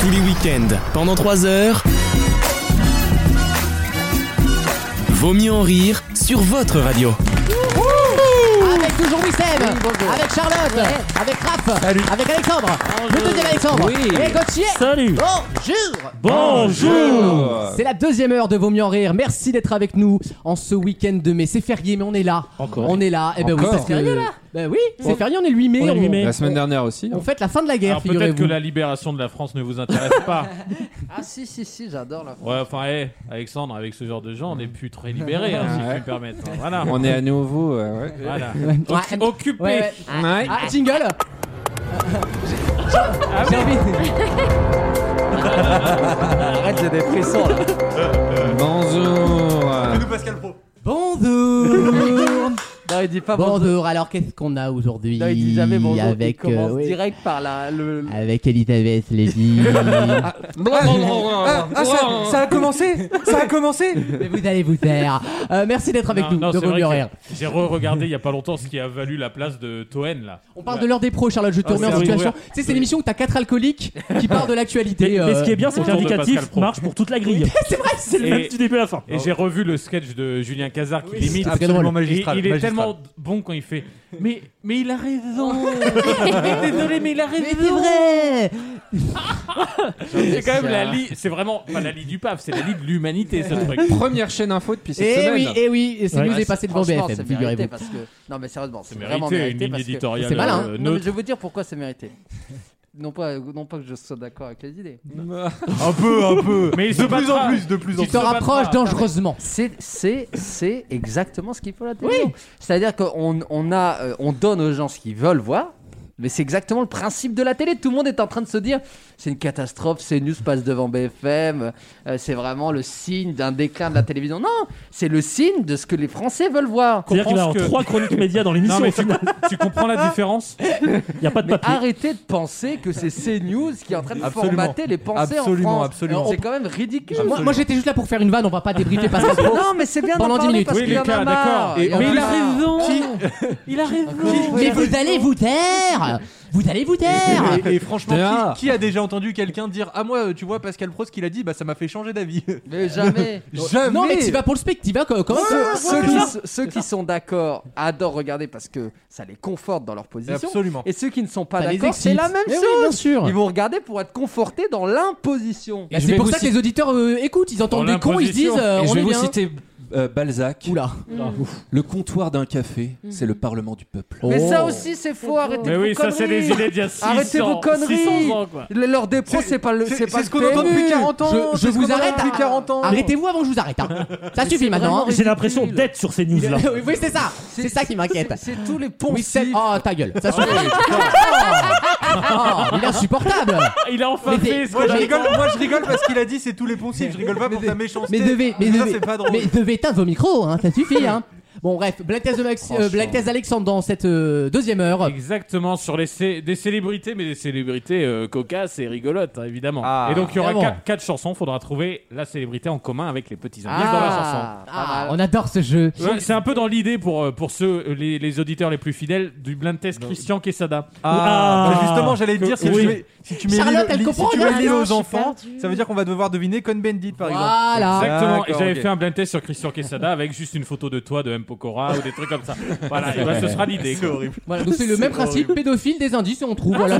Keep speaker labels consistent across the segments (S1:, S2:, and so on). S1: Tous les week-ends, pendant 3 heures. Vaut mieux en rire sur votre radio.
S2: Avec toujours Wissem, avec Charlotte, avec Raph, avec Alexandre, le deuxième Alexandre, et Gauthier.
S3: Salut
S2: Bonjour
S3: Bonjour
S2: C'est la deuxième heure de Vaut mieux en rire. Merci d'être avec nous en ce week-end de mai. C'est férié, mais on est là.
S3: Encore.
S2: On est là. Et ben oui,
S4: Encore.
S2: parce que- Ben oui, c'est férié, on est le 8 mai.
S3: On est le 8 mai.
S4: La semaine dernière aussi. hein.
S2: on- on fête la fin de la guerre,
S5: Alors peut-être que
S2: figurez-vous.
S5: la libération de la France ne vous intéresse pas.
S6: Ah si si si, j'adore la.
S5: Ouais, enfin, hé, Alexandre, avec ce genre de gens, on n'est plus très libéré, hein, si je
S4: Ouais.
S5: puis me permettre. Voilà.
S4: On est à nouveau. euh, ouais.
S5: Voilà.
S2: Ouais,
S5: Occupé.
S2: ouais, ouais.
S4: Ouais.
S2: Ah, jingle J'ai envie.
S6: Arrête, j'ai des frissons là.
S4: Ah. Bonjour.
S2: Bonjour
S6: Non, il dit pas bonjour.
S2: Bonjour, alors qu'est-ce qu'on a aujourd'hui
S6: Non, il dit jamais bonjour. il
S2: Avec,
S6: commence
S2: euh, oui.
S6: direct par la. Le... le-
S2: avec Elisabeth Lévy.
S4: Ah, ah, ça- ça-
S6: a commencé Ça a commencé
S2: Mais vous allez vous taire. Euh, merci d'être avec
S5: Non,
S2: nous.
S5: non,
S2: de
S5: c'est
S2: Vaut
S5: vrai
S2: mieux
S5: que
S2: rire.
S5: J'ai re-regardé il y a pas longtemps ce qui a valu la place de Toen là.
S2: On parle
S5: Ouais.
S2: de l'heure des pros, Charlotte. Je te
S5: Ah,
S2: remets
S5: c'est
S2: en
S5: un
S2: situation.
S5: ouvert.
S2: Tu sais, c'est l'émission où t'as quatre alcooliques qui parlent de l'actualité.
S3: mais, mais ce qui
S2: euh.
S3: est bien, c'est que
S5: Autour de Pascal
S3: l'indicatif
S5: Pro.
S3: marche pour toute la grille.
S2: C'est vrai, c'est le
S5: Et-
S3: du début à la fin.
S5: Et j'ai revu le sketch de Julien Cazard qui limite.
S2: très drôle.
S5: Et il est tellement bon quand il fait. Mais, mais il a raison. Désolé, mais il a raison.
S2: Mais c'est vrai
S5: C'est quand même la lie. C'est vraiment pas la lie du paf, c'est la lie de l'humanité ce truc.
S4: Première chaîne info depuis cette
S2: Eh
S4: semaine.
S2: oui, eh oui, et c'est
S3: Ouais.
S2: nous
S6: Bah,
S2: est passé devant
S6: franchement,
S2: BFM,
S6: c'est mérité
S2: figurez-vous.
S6: parce que non mais sérieusement, c'est
S5: C'est
S6: vraiment
S5: mérité, une
S6: mérité
S5: ligne
S6: parce que
S5: éditoriale
S2: C'est malin, hein.
S5: euh,
S6: Non, mais
S5: neutre.
S6: je vais vous dire pourquoi c'est mérité. Non pas, non pas que je sois d'accord avec les idées.
S4: Euh,
S7: Un peu, un peu.
S5: Mais il se
S7: de plus
S5: battra.
S7: en plus, de plus en
S2: Tu te
S7: plus.
S2: rapproches dangereusement.
S6: C'est, c'est, c'est exactement ce qu'il faut à la télévision. C'est-à-dire qu'on on a, euh, on donne aux gens ce qu'ils veulent voir, mais c'est exactement le principe de la télé. Tout le monde est en train de se dire c'est une catastrophe, ces news passent devant BFM, euh, c'est vraiment le signe d'un déclin de la télévision. Non, c'est le signe de ce que les Français veulent voir.
S3: C'est-à-dire qu'il va y avoir
S5: que-
S3: trois chroniques médias dans l'émission.
S5: Non mais tu,
S3: Il
S5: tu comprends la différence
S3: n'y a pas de
S6: Mais
S3: papier.
S6: arrêtez de penser que c'est CNews qui est en train de
S7: Absolument.
S6: formater les pensées
S7: Absolument,
S6: en France.
S7: absolument.
S6: C'est quand même ridicule.
S2: Moi, moi, j'étais juste là pour faire une vanne, on va pas débriefer Pascal Pro.
S6: non, mais c'est bien
S2: Pendant
S6: d'en
S2: dix
S6: parler
S2: minutes.
S6: parce
S5: Oui,
S6: qu'il y en
S5: Lucas,
S6: a
S5: d'accord.
S6: marre.
S5: Et-
S6: Il y en
S5: mais
S6: a
S5: il a
S6: marre.
S3: Il a
S6: Encore.
S2: Mais vous allez vous taire Vous allez vous taire
S7: Et, et franchement,
S4: Bien.
S7: qui, qui a déjà entendu quelqu'un dire Ah, moi, tu vois, Pascal Pro, ce qu'il a dit, bah ça m'a fait changer d'avis.
S6: Mais Ah, jamais.
S7: Jamais
S2: Non, mais tu vas pour le spectre, tu vas co- comment
S7: Ouais.
S6: ceux qui, ceux qui sont d'accord adorent regarder parce que ça les conforte dans leur position.
S7: Absolument.
S6: Et ceux qui ne sont pas
S2: Ça les
S6: d'accord, c'est Eh
S2: excite.
S6: la même
S2: Mais oui,
S6: chose.
S2: bien sûr.
S6: Ils vont regarder pour être confortés dans l'imposition.
S2: Bah,
S4: Et je
S2: c'est
S4: vais
S2: pour
S4: vous
S2: ça que les auditeurs euh, écoutent, ils entendent
S5: Dans
S2: des cons, ils se disent
S5: l'imposition.
S2: euh,
S4: Et je
S2: on
S4: vais
S2: est
S4: vous
S2: bien.
S4: citer euh, Balzac.
S2: Oula.
S4: Le comptoir d'un café, c'est le parlement du peuple.
S6: Mais
S2: Oh.
S6: ça aussi, c'est faux. Arrêtez
S5: Mais
S6: vos
S5: oui, ça c'est
S6: conneries.
S5: des idées d'il y a 600,
S6: Arrêtez vos conneries.
S5: 600 ans, quoi.
S6: Le- Leur dépôt, c'est pas le.
S7: c'est-
S6: C'est pas
S7: c'est
S6: le
S7: ce qu'on entend
S6: PMU.
S7: depuis 40 ans.
S2: Je, je
S7: c'est ce
S2: vous
S7: qu'on entend
S2: arrête.
S7: depuis 40 ans.
S2: Arrêtez-vous avant que je vous arrête. hein. Ça suffit maintenant.
S6: vraiment
S3: J'ai l'impression d'être sur ces news là.
S2: hein. oui, c'est ça. C'est ça qui m'inquiète.
S6: C'est- C'est tous les
S2: Oui,
S6: poncifs.
S2: c'est. Oh, ta gueule. Ça suffit. Oh, il est insupportable.
S5: Il a enfin
S2: Mais
S5: fait ce
S7: Moi je,
S5: qu'on a-
S7: rigole, moi je rigole parce qu'il a dit c'est tous les poncifs, je rigole pas pour ta méchanceté.
S2: Mais devez, mais
S7: ça,
S2: devez,
S7: c'est pas drôle.
S2: mais devez éteindre vos micros, hein, ça suffit. Hein. Bon, bref, black test de Max- euh, black test d'Alexandre dans cette euh, deuxième heure.
S5: Exactement, sur les cé- des célébrités, mais des célébrités euh, cocasses et rigolotes, hein, évidemment.
S7: Ah.
S5: et donc il y aura
S2: Évidemment.
S5: quatre, quatre chansons, faudra trouver la célébrité en commun avec les petits indices dans la chanson.
S6: Ah,
S2: Ah,
S6: pas mal.
S2: on adore ce jeu.
S5: Ouais, c'est un peu dans l'idée pour, euh, pour ceux, euh, les, les auditeurs les plus fidèles du blind test Christian Quesada.
S7: Ah,
S3: Ah.
S7: bah justement, j'allais te dire si
S5: Oui.
S7: tu mets, si tu mets
S2: Charlotte, elle
S7: Lilo-
S2: comprend,
S7: si tu mets
S2: non,
S7: Lilo
S2: non, je
S7: aux
S2: suis
S7: enfants,
S2: perdue.
S7: ça veut dire qu'on va devoir deviner Con Bendit par exemple.
S2: Voilà.
S5: Exactement, et
S7: D'accord,
S5: j'avais
S7: ok.
S5: fait un blind test sur Christian Quesada avec juste une photo de toi de M. Pokora ou des trucs comme ça. Voilà, et bah, ce sera l'idée. quoi.
S2: Voilà, donc c'est le même principe, pédophile des indices et on trouve. Voilà.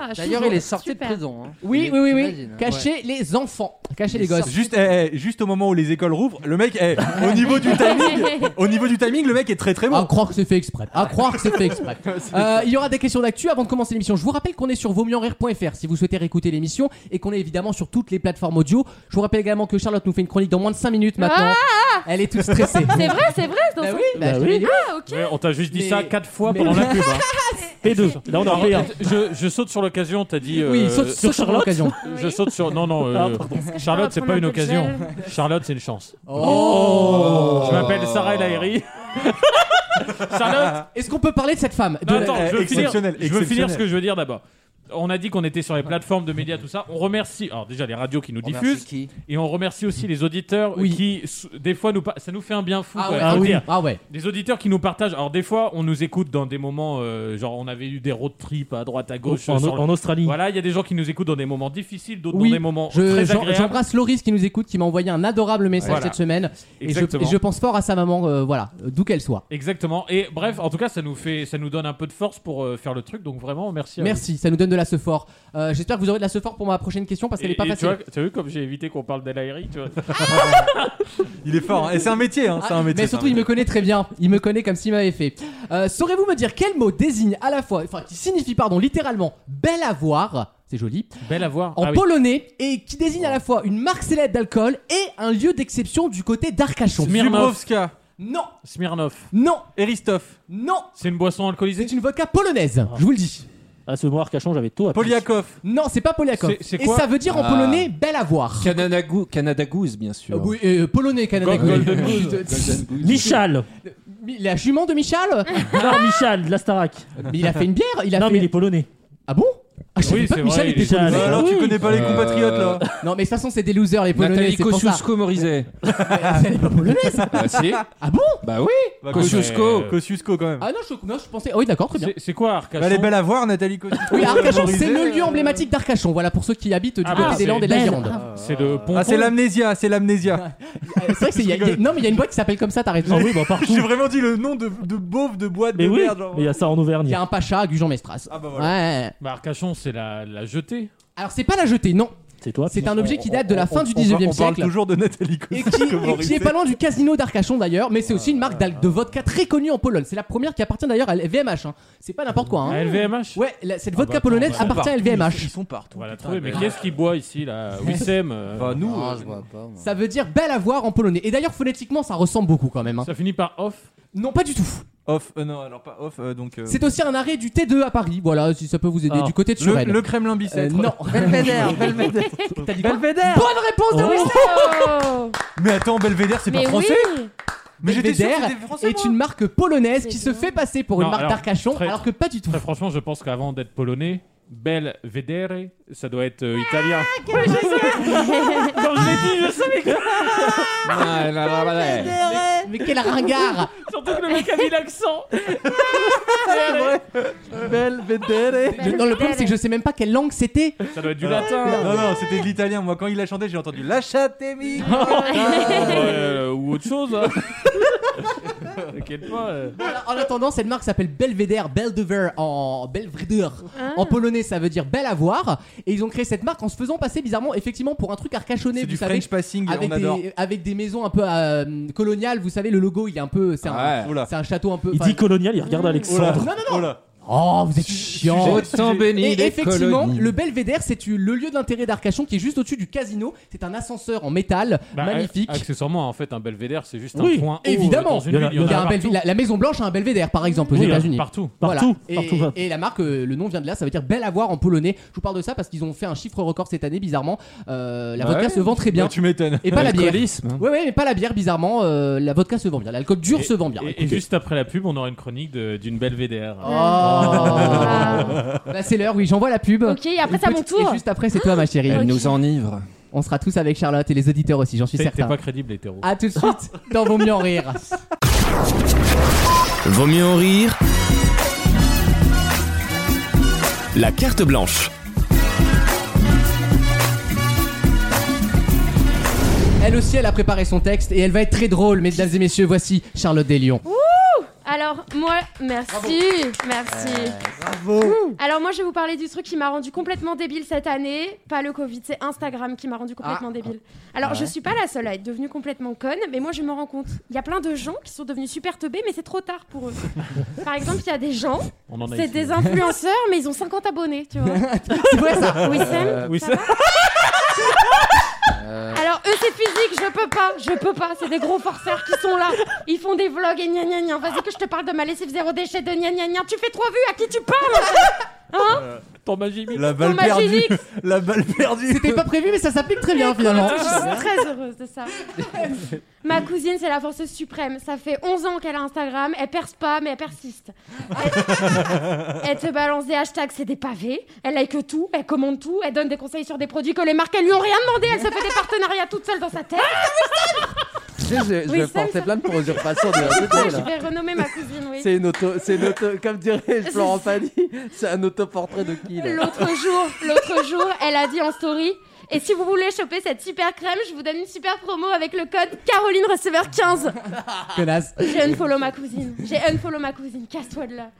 S8: Ah,
S6: D'ailleurs, il est sorti de prison. hein.
S2: Oui,
S6: Il est-
S2: oui, oui, oui.
S6: t'imagines, hein.
S2: Cachez les enfants, cachez les
S6: Les
S2: gosses.
S7: Juste, eh, eh, juste au moment où les écoles rouvrent, le mec, eh, au niveau du timing, au niveau du timing, le mec est très très
S2: À
S7: bon.
S2: croire que c'est fait exprès. À croire que c'est fait exprès. Euh, il y aura des questions d'actu avant de commencer l'émission. Je vous rappelle qu'on est sur vaumieuxenrire.fr si vous souhaitez réécouter l'émission et qu'on est évidemment sur toutes les plateformes audio. Je vous rappelle également que Charlotte nous fait une chronique dans moins de 5 minutes maintenant. Elle est toute stressée.
S8: C'est vrai, c'est vrai. dans
S2: Bah
S8: ce-
S2: oui, bah
S3: Bah
S2: je te
S3: oui.
S2: l'ai dit.
S8: Ah, ok.
S5: Ouais, on t'a juste dit
S2: Mais-
S5: ça quatre fois
S2: mais-
S5: pendant la pub. hein.
S3: P2. Là on a
S5: Alors,
S3: un P1.
S5: je, je saute sur l'occasion, t'as dit. euh,
S2: Oui, saute, saute sur
S3: Charlotte
S2: l'occasion.
S5: Je saute sur. Non, non, euh,
S3: Ah,
S5: Charlotte, c'est pas une
S8: reprendre un peu de
S5: occasion. Charlotte, c'est une chance.
S2: Oh.
S5: Je m'appelle Sarah El Haïry. Charlotte,
S2: Est-ce qu'on peut parler de cette femme de
S5: non,
S2: la-
S5: Bah, attends, je veux, finir,
S7: exceptionnel,
S5: je veux finir ce
S7: exceptionnel.
S5: que je veux dire d'abord. on a dit qu'on était sur les plateformes de médias, tout ça. On remercie, alors déjà les radios qui nous diffusent,
S6: Qui
S5: et on remercie aussi les auditeurs
S2: Oui.
S5: qui, s- des fois, nous, pa- ça nous fait un bien fou.
S2: Ah
S5: quoi,
S2: ouais,
S5: faut
S2: ah
S5: le
S2: oui,
S5: dire.
S2: ah ouais.
S5: Des auditeurs qui nous partagent. Alors des fois, on nous écoute dans des moments, euh, genre on avait eu des road trips à droite, à
S2: Oh,
S5: gauche.
S3: en,
S5: sur le-
S3: en Australie.
S5: Voilà, il y a des gens qui nous écoutent dans des moments difficiles, d'autres
S2: Oui,
S5: dans des moments
S2: Je-
S5: très
S2: j'en-
S5: agréables.
S2: J'embrasse Loris qui nous écoute, qui m'a envoyé un adorable message
S5: Voilà.
S2: cette semaine. Et je,
S5: Exactement.
S2: et je pense fort à sa maman, euh, voilà, euh, d'où qu'elle soit.
S5: Exactement. Et bref, en tout cas, ça nous fait, ça nous donne un peu de force pour euh, faire le truc. Donc vraiment, merci. à
S2: Merci, ça nous donne de la fort. Euh, J'espère que vous aurez de la fort pour ma prochaine question parce
S5: vous. Et-
S2: qu'elle n'est pas
S5: et tu
S2: facile.
S5: vois- Tu as vu comme j'ai évité qu'on parle d'Alairi, tu vois.
S7: Il est fort. hein. Et c'est un métier, hein, c'est
S2: Ah,
S7: un métier.
S2: mais surtout, il me connaît très bien. Il me connaît comme s'il m'avait fait. Euh, Saurez-vous me dire quel mot désigne à la fois, enfin qui signifie pardon littéralement bel avoir, c'est joli,
S5: Belle à voir.
S2: en
S5: Ah oui.
S2: polonais et qui désigne à la fois une marque célèbre d'alcool et un lieu d'exception du côté d'Arcachon.
S5: Smirnoff.
S7: Dubrovska,
S2: Non,
S5: Smirnov.
S2: non,
S7: Eristoff,
S2: non.
S5: C'est une boisson alcoolisée.
S2: C'est une vodka polonaise.
S5: Ah.
S2: Je vous le dis.
S3: À ce moment Arcachon, j'avais tout appris.
S7: Poliakov.
S2: Non, c'est pas Poliakov.
S5: C'est- c'est
S2: Et
S5: quoi
S2: ça veut dire en
S4: Ah.
S2: polonais bel avoir.
S4: Canada, Goo- Canada Ah, Goose, bien sûr.
S2: Euh, oui, euh, polonais, canadien.
S5: Golden
S2: Oui.
S4: Golden Goose.
S3: Michal
S2: Mi- La jument de Michal
S3: Non, Michal, de la Starac.
S2: Mais il a fait une bière il a
S3: Non,
S2: fait-
S3: mais il est polonais.
S2: Ah bon ah, je
S5: Oui,
S2: savais pas
S5: c'est
S2: que Michal
S5: vrai, il
S2: était
S5: est-
S3: Michal.
S7: Bah
S2: polonais.
S7: alors, tu
S3: oui.
S7: connais pas les
S4: Euh,
S7: compatriotes là
S2: Non, mais de toute façon, c'est des losers, les polonais.
S4: Nathalie
S2: c'est pour ça.
S4: Kosciusko-Morizet.
S2: Elle est pas polonaise.
S4: Bah si.
S2: Ah bon
S4: Bah oui.
S7: Bah,
S5: Kosciusko.
S7: Kosciusko. Kosciusko quand même.
S2: Ah non, je, non, je pensais. Ah oui, d'accord, très bien.
S5: C'est- C'est quoi Arcachon
S7: Bah, elle est belle à voir, Nathalie Kosciusko.
S2: Oui, Arcachon,
S7: Morizet,
S2: c'est le lieu
S7: euh,
S2: emblématique d'Arcachon. Voilà, pour ceux qui habitent du
S5: Ah,
S2: côté
S5: bah,
S2: des
S5: c'est
S2: Landes et de la
S3: belle.
S2: Gironde.
S5: Ah, C'est le pont.
S7: Ah, c'est l'amnésia, c'est l'amnésia.
S2: Euh, C'est vrai que c'est. il y a- il y a- Non, mais il y a une boîte qui s'appelle comme ça, t'arrêtes.
S3: Ah oui, bah partout.
S7: J'ai vraiment dit le nom de, de beauf de boîte
S3: Mais
S7: de
S3: oui,
S7: merde. genre.
S3: mais il y a ça en
S2: Il y
S3: Auvergne.
S2: a un pacha à Gujan-Mestras.
S7: Ah bah voilà.
S2: Ouais.
S5: Bah, Arcachon, c'est la, la jetée.
S2: Alors, c'est pas la jetée, non.
S3: C'est toi.
S2: C'est
S3: putain.
S2: un objet qui date de la
S7: On-
S2: fin du
S7: on- on parle-
S2: 19e
S7: On parle
S2: siècle.
S7: toujours de Nathalie
S2: Et qui, et qui est
S7: Kosciusko.
S2: pas loin du casino d'Arcachon d'ailleurs, mais c'est aussi une marque d'al- de vodka très connue en Pologne. C'est la première qui appartient d'ailleurs à LVMH. hein. C'est pas n'importe quoi. hein.
S5: Ah, LVMH
S2: Ouais, la- cette
S5: Ah
S2: vodka
S5: bah, attends,
S2: polonaise
S5: bah, c'est
S2: appartient à LVMH.
S7: sont partout.
S5: On va la
S7: putain.
S5: trouver, mais qui est-ce qui boit ici là Wissem euh,
S7: Enfin, nous,
S6: Non,
S2: Ah,
S7: euh,
S6: Ah, je vois pas. moi.
S2: Ça veut dire belle à voir en polonais. Et d'ailleurs, phonétiquement, ça ressemble beaucoup quand même. hein.
S5: Ça finit par off.
S2: Non, pas du tout.
S7: off. euh, non, alors pas off. euh, donc. euh,
S2: C'est aussi un arrêt du T2 à Paris. Voilà, si ça peut vous aider
S3: Ah.
S2: du côté de
S7: le,
S2: Suresnes.
S7: le Kremlin
S2: Euh,
S7: bicêtre.
S2: non.
S6: Belvédère, Belvédère.
S2: T'as dit quoi
S6: Belvédère
S2: Bonne réponse
S5: Oh
S2: de Winston
S7: Mais attends, Belvédère, c'est pas
S8: Mais
S7: français.
S8: oui
S7: Mais j'étais sûr que
S2: Belvédère
S7: c'était français.
S2: est une marque polonaise
S8: C'est
S2: qui se
S8: bien.
S2: fait passer pour
S5: Non,
S2: une marque
S5: alors,
S2: d'Arcachon,
S5: très-
S2: alors que pas du tout.
S5: Très franchement, je pense qu'avant d'être polonais, Bel Vedere, ça doit être euh, italien. Quand je l'ai dit, je savais que
S2: Mais quel ringard
S5: surtout que le mec a mis l'accent.
S8: Belvédère.
S2: Le- Non, le problème c'est que je sais même pas quelle langue c'était.
S5: Ça doit être du
S7: Alors,
S5: latin.
S2: Ah.
S7: Non, non, c'était de l'italien. Moi, quand il a chanté, j'ai entendu La Chatémie.
S2: Ah.
S5: Euh, ou autre chose. hein. T'inquiète pas. euh.
S2: Alors, En attendant, cette marque s'appelle Belvedere, Belvedere en Belvedere. En polonais, ça veut dire bel avoir. Et ils ont créé cette marque en se faisant passer bizarrement, effectivement, pour un truc arcachonné,
S7: C'est
S2: vous
S7: du
S2: savez.
S7: French passing,
S2: Avec
S7: on adore.
S2: des, avec des maisons un peu euh, coloniales, vous savez, le logo il est un peu. C'est un,
S4: Ouais.
S7: Oula.
S2: c'est un château un peu.
S3: Il
S2: enfin,
S3: dit colonial, il regarde Alexandre.
S2: non, non, non.
S7: Oh là.
S2: Oh, vous êtes chiant.
S4: Autant béni
S2: Et
S4: des
S2: effectivement,
S4: colonies.
S2: le Belvédère, c'est le lieu d'intérêt d'Arcachon qui est juste au-dessus du casino. C'est un ascenseur en métal
S5: Bah,
S2: magnifique.
S5: a- Accessoirement, en fait, un belvédère, c'est juste
S3: Oui,
S5: un point. haut, euh,
S2: évidemment.
S5: dans une
S3: Il y en a-
S5: ville,
S2: Il y a un
S5: partout.
S2: Belvé- la, la Maison Blanche a un Belvédère, par exemple, aux
S5: Oui, il y en a
S2: États-Unis.
S5: Partout.
S3: Partout,
S2: Et,
S3: partout, partout.
S2: et la marque, euh, le nom vient de là, ça veut dire bel avoir en polonais. Je vous parle de ça parce qu'ils ont fait un chiffre record cette année, bizarrement. Euh, la
S4: Bah
S2: vodka
S4: ouais.
S2: se vend très bien.
S7: Bah, tu m'étonnes.
S2: Et pas la bière.
S4: Alcoolisme.
S2: Ouais, ouais, mais pas la bière, bizarrement. euh, la vodka se vend bien. L'alcool dur
S5: Et-
S2: se vend bien.
S5: Et- Et,
S2: Écoutez.
S5: juste après la pub, on aura une chronique de- d'une belvédère.
S2: Oh. Bah, c'est l'heure, oui, j'envoie la pub.
S8: Ok, après c'est à
S2: Une
S8: mon
S2: petite- Et
S8: tour.
S2: juste après, c'est toi, ma chérie.
S4: Elle nous enivre.
S2: On sera tous avec Charlotte et les auditeurs aussi, j'en suis
S5: T'es t'es
S2: certain. Ah,
S5: pas crédible, hétéro.
S2: À tout de suite dans Vaut mieux en rire.
S1: Vaut mieux en rire. La carte blanche.
S2: Elle aussi, elle a préparé son texte et elle va être très drôle, mesdames et messieurs. Voici Charlotte Deslions.
S8: Alors, moi, merci. Merci. Bravo. Alors, moi, je vais vous parler du truc qui m'a rendu complètement débile cette année. Pas le Covid, c'est Instagram qui m'a rendu complètement débile. Alors, je suis pas la seule à être devenue complètement conne, mais moi, je me rends compte. Il y a plein de gens qui sont devenus super teubés, mais c'est trop tard pour eux. Par exemple, il y a des gens,
S5: On en a
S8: c'est
S5: ici. Bah,
S8: des influenceurs, mais ils ont 50 abonnés, tu vois.
S2: C'est vrai ça
S8: Oui, Sam
S5: Oui, ça- Euh.
S8: Alors eux c'est physique, je peux pas, je peux pas, c'est des gros forfaits qui sont là. Ils font des vlogs et gna gna gna. Vas-y que je te parle de ma lessive zéro déchet de gna gna gna. Tu fais trois vues, à qui tu parles en fait Hein
S5: Ton magie mix.
S7: La balle
S8: Thomas
S7: perdue.
S8: Gélix.
S7: La balle perdue.
S2: C'était pas prévu, mais ça s'applique très bien finalement.
S8: Je suis très heureuse de ça. Ma cousine, c'est la force suprême. Ça fait 11 ans qu'elle a Instagram. Elle perce pas, mais elle persiste. Elle, elle te balance des hashtags, c'est des pavés. Elle like tout, elle commande tout, elle donne des conseils sur des produits que les marques, elles lui ont rien demandé. Elle se fait des partenariats toute seule dans sa tête.
S6: Tu sais, je, je
S8: Oui,
S6: vais
S8: Sam,
S6: porter
S8: ça-
S6: plainte pour usurpation de
S8: Ouais,
S6: l'identité,
S8: je
S6: là.
S8: vais renommer ma cousine, oui.
S6: C'est une auto, c'est une auto, comme dirait Florent Pagny, c'est un autoportrait de qui là
S8: L'autre jour, l'autre jour, elle a dit en story. Et si vous voulez choper cette super crème, je vous donne une super promo avec le code Caroline 15.
S2: Connasse.
S8: J'ai unfollow ma cousine. J'ai unfollow ma cousine. Casse-toi de là.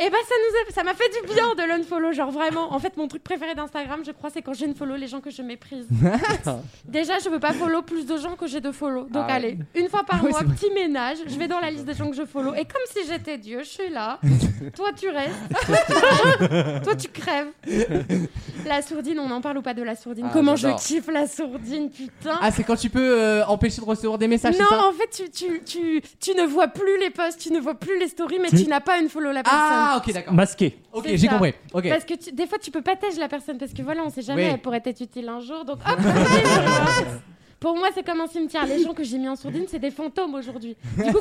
S8: Et bah ça nous a- ça m'a fait du bien de l'unfollow, genre vraiment. En fait, mon truc préféré d'Instagram, je crois, c'est quand j'unfollow les gens que je méprise. Déjà, je veux pas follow plus de gens que j'ai de follow. Donc
S6: Ah ouais.
S8: allez, une fois
S2: Ah
S8: par
S2: ouais,
S8: mois,
S2: c'est vrai.
S8: petit ménage. Je vais dans la liste des gens que je follow. Et comme si j'étais Dieu, je suis là. Toi, tu restes. Toi, tu crèves. La sourdine, on en parle ou pas de la sourdine
S6: Ah,
S8: Comment je
S6: j'adore.
S8: kiffe la sourdine, putain.
S2: Ah, c'est quand tu peux euh, empêcher de recevoir des messages, c'est
S8: Non,
S2: ça
S8: en fait, tu, tu, tu, tu ne vois plus les posts, tu ne vois plus les stories, mais tu n'as pas une follow la personne.
S2: Ah, ok, d'accord.
S3: Masqué.
S2: Ok,
S8: c'est
S2: j'ai
S8: ça.
S2: compris. Ok.
S8: Parce que tu- des fois, tu peux pas tâcher la personne, parce que voilà, on sait jamais,
S2: Oui.
S8: elle pourrait être utile un jour. Donc, hop, hop, Pour moi, c'est comme un cimetière. Les gens que j'ai mis en sourdine, c'est des fantômes aujourd'hui. Du coup,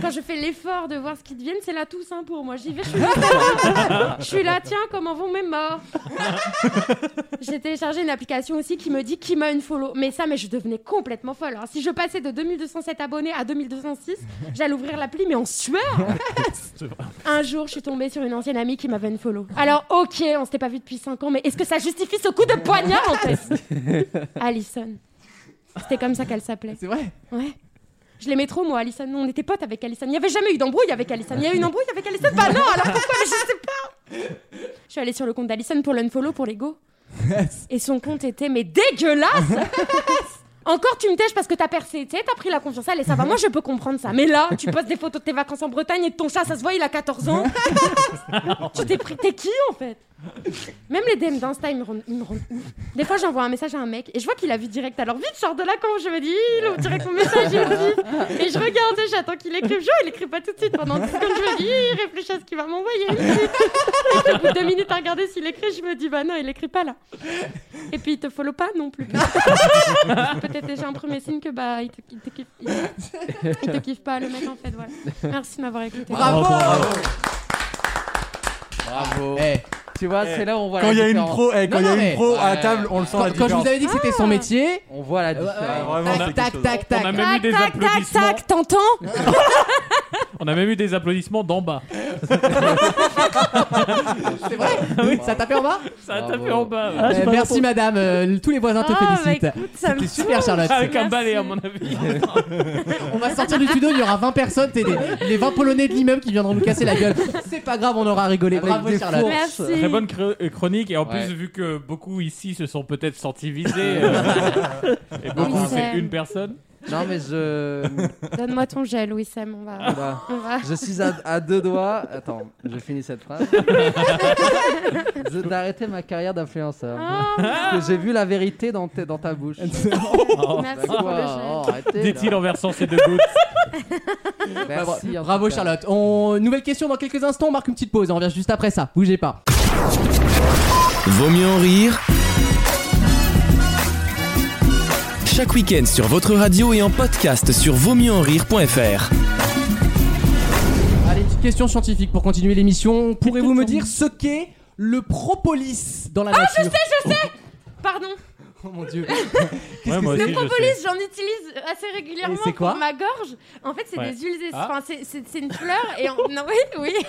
S8: quand je fais l'effort de voir ce qu'ils deviennent, c'est la Toussaint pour moi. J'y vais, je suis là. Je suis là, tiens, comment vont mes morts J'ai téléchargé une application aussi qui me dit qui m'a une follow. Mais ça, mais je devenais complètement folle. hein. Si je passais de 2207 abonnés à 2206, j'allais ouvrir l'appli, mais en sueur. Un jour, je suis tombée sur une ancienne amie qui m'avait follow. Alors, ok, on s'était pas vu depuis 5 ans, mais est-ce que ça justifie ce coup de poignard en fait Allison. C'était comme ça qu'elle s'appelait.
S2: C'est vrai
S8: Ouais. Je l'aimais trop, moi, Allison. On était potes avec Allison. Il n'y avait jamais eu d'embrouille avec Allison. Il y a eu une embrouille avec Allison Bah non, alors pourquoi Mais Je sais pas Je suis allée sur le compte d'Allison pour l'unfollow pour l'ego. Et son compte était, mais dégueulasse Encore tu me tèches parce que t'as percé, tu sais, t'as pris la confiance, elle et ça va, moi je peux comprendre ça. Mais là, tu postes des photos de tes vacances en Bretagne et de ton chat, ça se voit, il a 14 ans. tu t'es pris, t'es qui en fait Même les DM d'Insta, ils me rendent, ils me rendent ouf. Des fois, j'envoie un message à un mec et je vois qu'il a vu direct, alors vite, je sors de là quand je me dis, il ouvre direct mon message, il me dit. Et je regarde, et j'attends qu'il écrive, genre, il écrit pas tout de suite pendant 10 secondes, je me dis, il réfléchit à ce qu'il va m'envoyer. Et puis, au bout de deux minutes à regarder s'il écrit, je me dis, bah non, il écrit pas là. Et puis, il te follow pas non plus. Peut-être déjà un premier signe que bah il te, il te kiffe, il te- il te kiffe pas le mec en fait voilà. Merci de m'avoir écouté.
S2: Oh, Bravo,
S6: Bravo.
S2: Eh,
S6: Tu vois, c'est là où on voit
S7: Quand
S6: la
S7: il y a une
S6: différence.
S7: pro, eh,
S2: Non,
S7: quand il y
S2: non,
S7: a
S2: mais-
S7: une pro à
S6: Ouais.
S7: table, on le sent
S2: quand,
S7: la
S2: quand je
S7: différence.
S2: vous avais dit que c'était
S8: Ah.
S2: son métier.
S6: On voit la différence.
S2: ouais,
S7: vraiment,
S2: tac,
S7: c'est quelque
S2: tac,
S7: chose.
S2: tac,
S5: On a
S2: tac.
S5: même eu
S8: Tac
S5: des
S8: tac tac
S5: applaudissements.
S8: tac t'entends
S5: On a même eu des applaudissements d'en bas.
S2: C'est vrai Ça tapait en bas
S5: Ça a
S6: Bravo.
S5: tapé en bas. ouais.
S3: Ah, j'ai
S2: Euh,
S3: pas
S2: Merci madame, euh, tous les voisins te
S8: Ah, bah,
S2: félicitent.
S8: écoute, ça me
S2: C'était super Charlotte.
S5: Avec un
S8: Merci.
S5: balai, à mon avis.
S2: On va sortir du studio, il y aura 20 personnes, t'es des- les 20 polonais de l'immeuble qui viendront nous casser la gueule. C'est pas grave, on aura rigolé.
S6: Avec
S2: Bravo
S6: des
S2: Charlotte.
S6: fours.
S8: merci.
S5: Très bonne cre- euh, chronique et en
S6: Ouais.
S5: plus vu que beaucoup ici se sont peut-être sentis visés euh, et beaucoup
S8: Oui,
S5: c'est
S8: c'est-
S5: une personne.
S6: Non mais je,
S8: Donne-moi ton gel oui Sam on va
S6: bah,
S8: on va.
S6: je suis à, à deux doigts. Attends, je finis cette phrase. Je- D'arrêter ma carrière d'influenceur.
S8: Ah,
S6: Parce que j'ai vu la vérité dans, ta- dans ta bouche.
S8: merci pour le
S6: Quoi
S8: gel.
S6: Oh, arrêtez, là.
S5: Dit-il en versant ses deux gouttes.
S6: Merci, en tout
S2: Bravo
S6: cas.
S2: Charlotte. On... Nouvelle question dans quelques instants, on marque une petite pause, hein, on revient juste après ça, bougez pas.
S1: Vaut mieux en rire. Chaque week-end sur votre radio et en podcast sur vaumieuxenrire.fr.
S2: Allez, petite question scientifique pour continuer l'émission. Pourrez-vous me dire ce qu'est le propolis dans la nature Ah, je sais,
S8: Pardon.
S2: Oh mon dieu.
S5: Ouais, moi
S8: Le
S5: aussi, je
S8: propolis j'en utilise assez régulièrement
S2: Et c'est quoi
S8: pour ma gorge. En fait c'est
S5: Ouais.
S8: des huiles es-
S5: Ah.
S8: enfin c'est- c'est c'est une fleur et on- non oui oui
S5: sais.